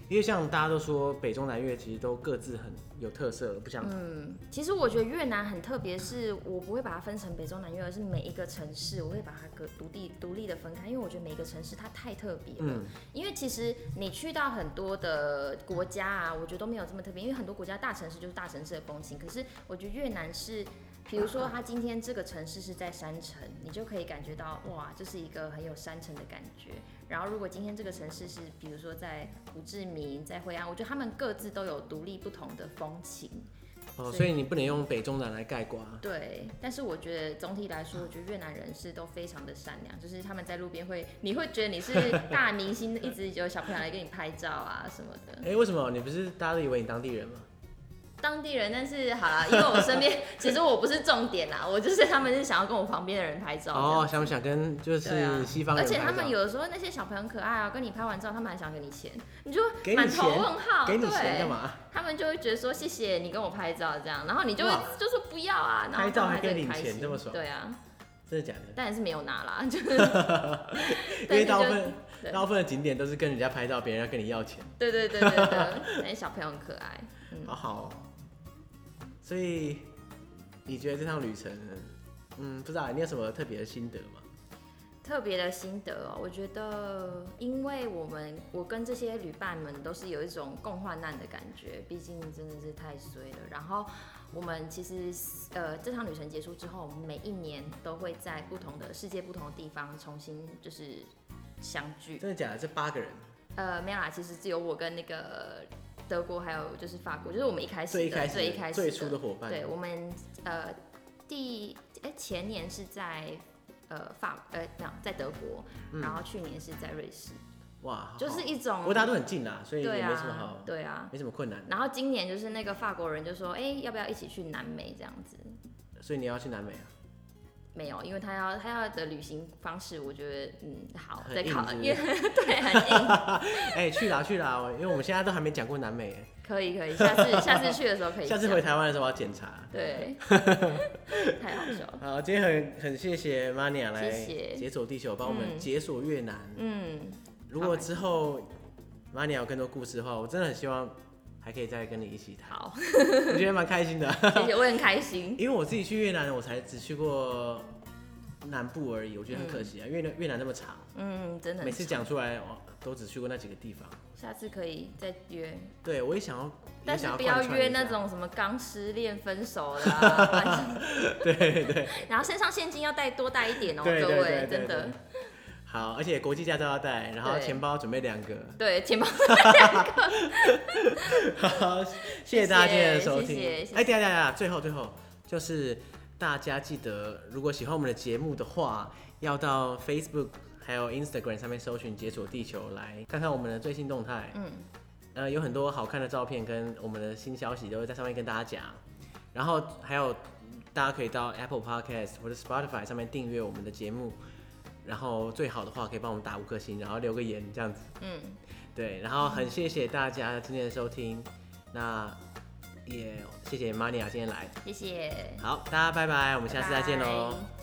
S1: 因为像大家都说北中南越其实都各自很有特色，不相同。
S2: 嗯，其实我觉得越南很特别，是我不会把它分成北中南越，而是每一个城市，我会把它各独立独立的分开，因为我觉得每一个城市它太特别了。
S1: 嗯，
S2: 因为其实你去到很多的国家啊，我觉得都没有这么特别，因为很多国家大城市就是大城市的风情，可是我觉得越南是。比如说，它今天这个城市是在山城，你就可以感觉到哇，这是一个很有山城的感觉。然后，如果今天这个城市是，比如说在胡志明、在惠安，我觉得他们各自都有独立不同的风情。
S1: 哦，
S2: 是
S1: 所以你不能用北中南来概括。啊
S2: 对，但是我觉得总体来说，我觉得越南人是都非常的善良，就是他们在路边会，你会觉得你是大明星，一直有小朋友来跟你拍照啊什么的。
S1: 哎、为什么你不是大家都以为你当地人吗？
S2: 当地人，但是好啦，因为我身边其实我不是重点啦，我就是他们是想要跟我旁边的人拍照啊这样。
S1: 哦，想不想跟就
S2: 对啊
S1: 是西方
S2: 而
S1: 人哦拍
S2: 且
S1: 照？
S2: 他们有的时候那些小朋友很可爱啊，跟你拍完照，他们还想给你钱，你就
S1: 给你
S2: 满头
S1: 钱
S2: 问号，
S1: 给你
S2: 对
S1: 钱干嘛？
S2: 他们就会觉得说谢谢你跟我拍照这样，然后你就会
S1: 哇
S2: 就说不要啊，然后
S1: 拍照
S2: 他们
S1: 还可以
S2: 在
S1: 领
S2: 开
S1: 钱
S2: 心
S1: 这么爽
S2: 对啊，
S1: 真的假的？
S2: 但也是没有拿啦， 就是
S1: 因
S2: 但
S1: 为
S2: 是
S1: 大部
S2: 就
S1: 分
S2: 对
S1: 大部分的景点都是跟人家拍照，别人要跟你要钱，
S2: 对对对对对， 但是小朋友很可爱。嗯
S1: 好好、哦。所以你觉得这趟旅程，嗯，不知道你有什么特别的心得吗？
S2: 特别的心得哦，我觉得，因为我们我跟这些旅伴们都是有一种共患难的感觉，毕竟真的是太衰了。然后我们其实呃这趟旅程结束之后，我们每一年都会在不同的世界不同的地方重新就是相聚。
S1: 真的假的？这八个人
S2: 呃，没有啦，其实只有我跟那个德国还有就是法国，就是我们一开始的
S1: 最一开始
S2: 最一开始
S1: 最初的伙伴，
S2: 对，我们呃第哎前年是在呃法呃没有在德国，
S1: 嗯
S2: 然后去年是在瑞士，
S1: 哇，好好
S2: 就是一
S1: 不
S2: 种
S1: 过大家都很近啦，所以也
S2: 对
S1: 没什么好
S2: 啊，对啊。
S1: 没什么困难。
S2: 然后今年就是那个法国人就说，哎、要不要一起去南美这样子？
S1: 所以你要去南美啊？
S2: 没有，因为他要他要的旅行方式，我觉得嗯好，
S1: 很
S2: 再
S1: 硬
S2: 考，
S1: 是不
S2: 因为 对很硬，
S1: 哎、去啦去啦，我因为我们现在都还没讲过南美耶，
S2: 可以可以，下次下次去的时候可以
S1: 下
S2: 讲，
S1: 次回台湾的时候我要检查。。
S2: 对，太好笑了，
S1: 好，今天很很谢谢 Mania 来
S2: 谢谢
S1: 解锁地球，帮我们
S2: 嗯
S1: 解锁越南。
S2: 嗯，
S1: 如果之后 Mania 有更多故事的话，我真的很希望还可以再跟你一起 谈，
S2: 好，
S1: 我觉得蛮开心的。
S2: 谢谢，我很开心，
S1: 因为我自己去越南，我才只去过南部而已，我觉得很可惜啊。越南越南那么长，
S2: 嗯，真的很
S1: 每次
S2: 长
S1: 讲出来，我都只去过那几个地方。
S2: 下次可以再约，
S1: 对，我也想要，
S2: 但
S1: 也
S2: 是
S1: 想
S2: 不
S1: 贯
S2: 要
S1: 穿
S2: 约
S1: 一下
S2: 那种什么刚失恋分手的、啊，
S1: 对对
S2: 然后身上现金要带多带一点哦、
S1: 对
S2: 各
S1: 对对对
S2: 位，真的
S1: 对，好，而且国际驾照要带，然后
S2: 对
S1: 钱包准备两个。
S2: 对，钱包
S1: 好， 谢谢大家今天的收听
S2: 谢谢谢。谢
S1: 哎，等一下等一下，最后最后就是大家记得，如果喜欢我们的节目的话，要到 Facebook 还有 Instagram 上面搜寻“解锁地球”来看看我们的最新动态。
S2: 嗯，
S1: 呃，有很多好看的照片跟我们的新消息都会在上面跟大家讲。然后还有大家可以到 Apple Podcast 或者 Spotify 上面订阅我们的节目。然后最好的话可以帮我们打五颗星，然后留个言这样子。
S2: 嗯，
S1: 对，然后很谢谢大家今天的收听，那也谢谢 Mania 今天来，
S2: 谢谢，
S1: 好，大家拜拜，我们下次再见喽。
S2: 拜拜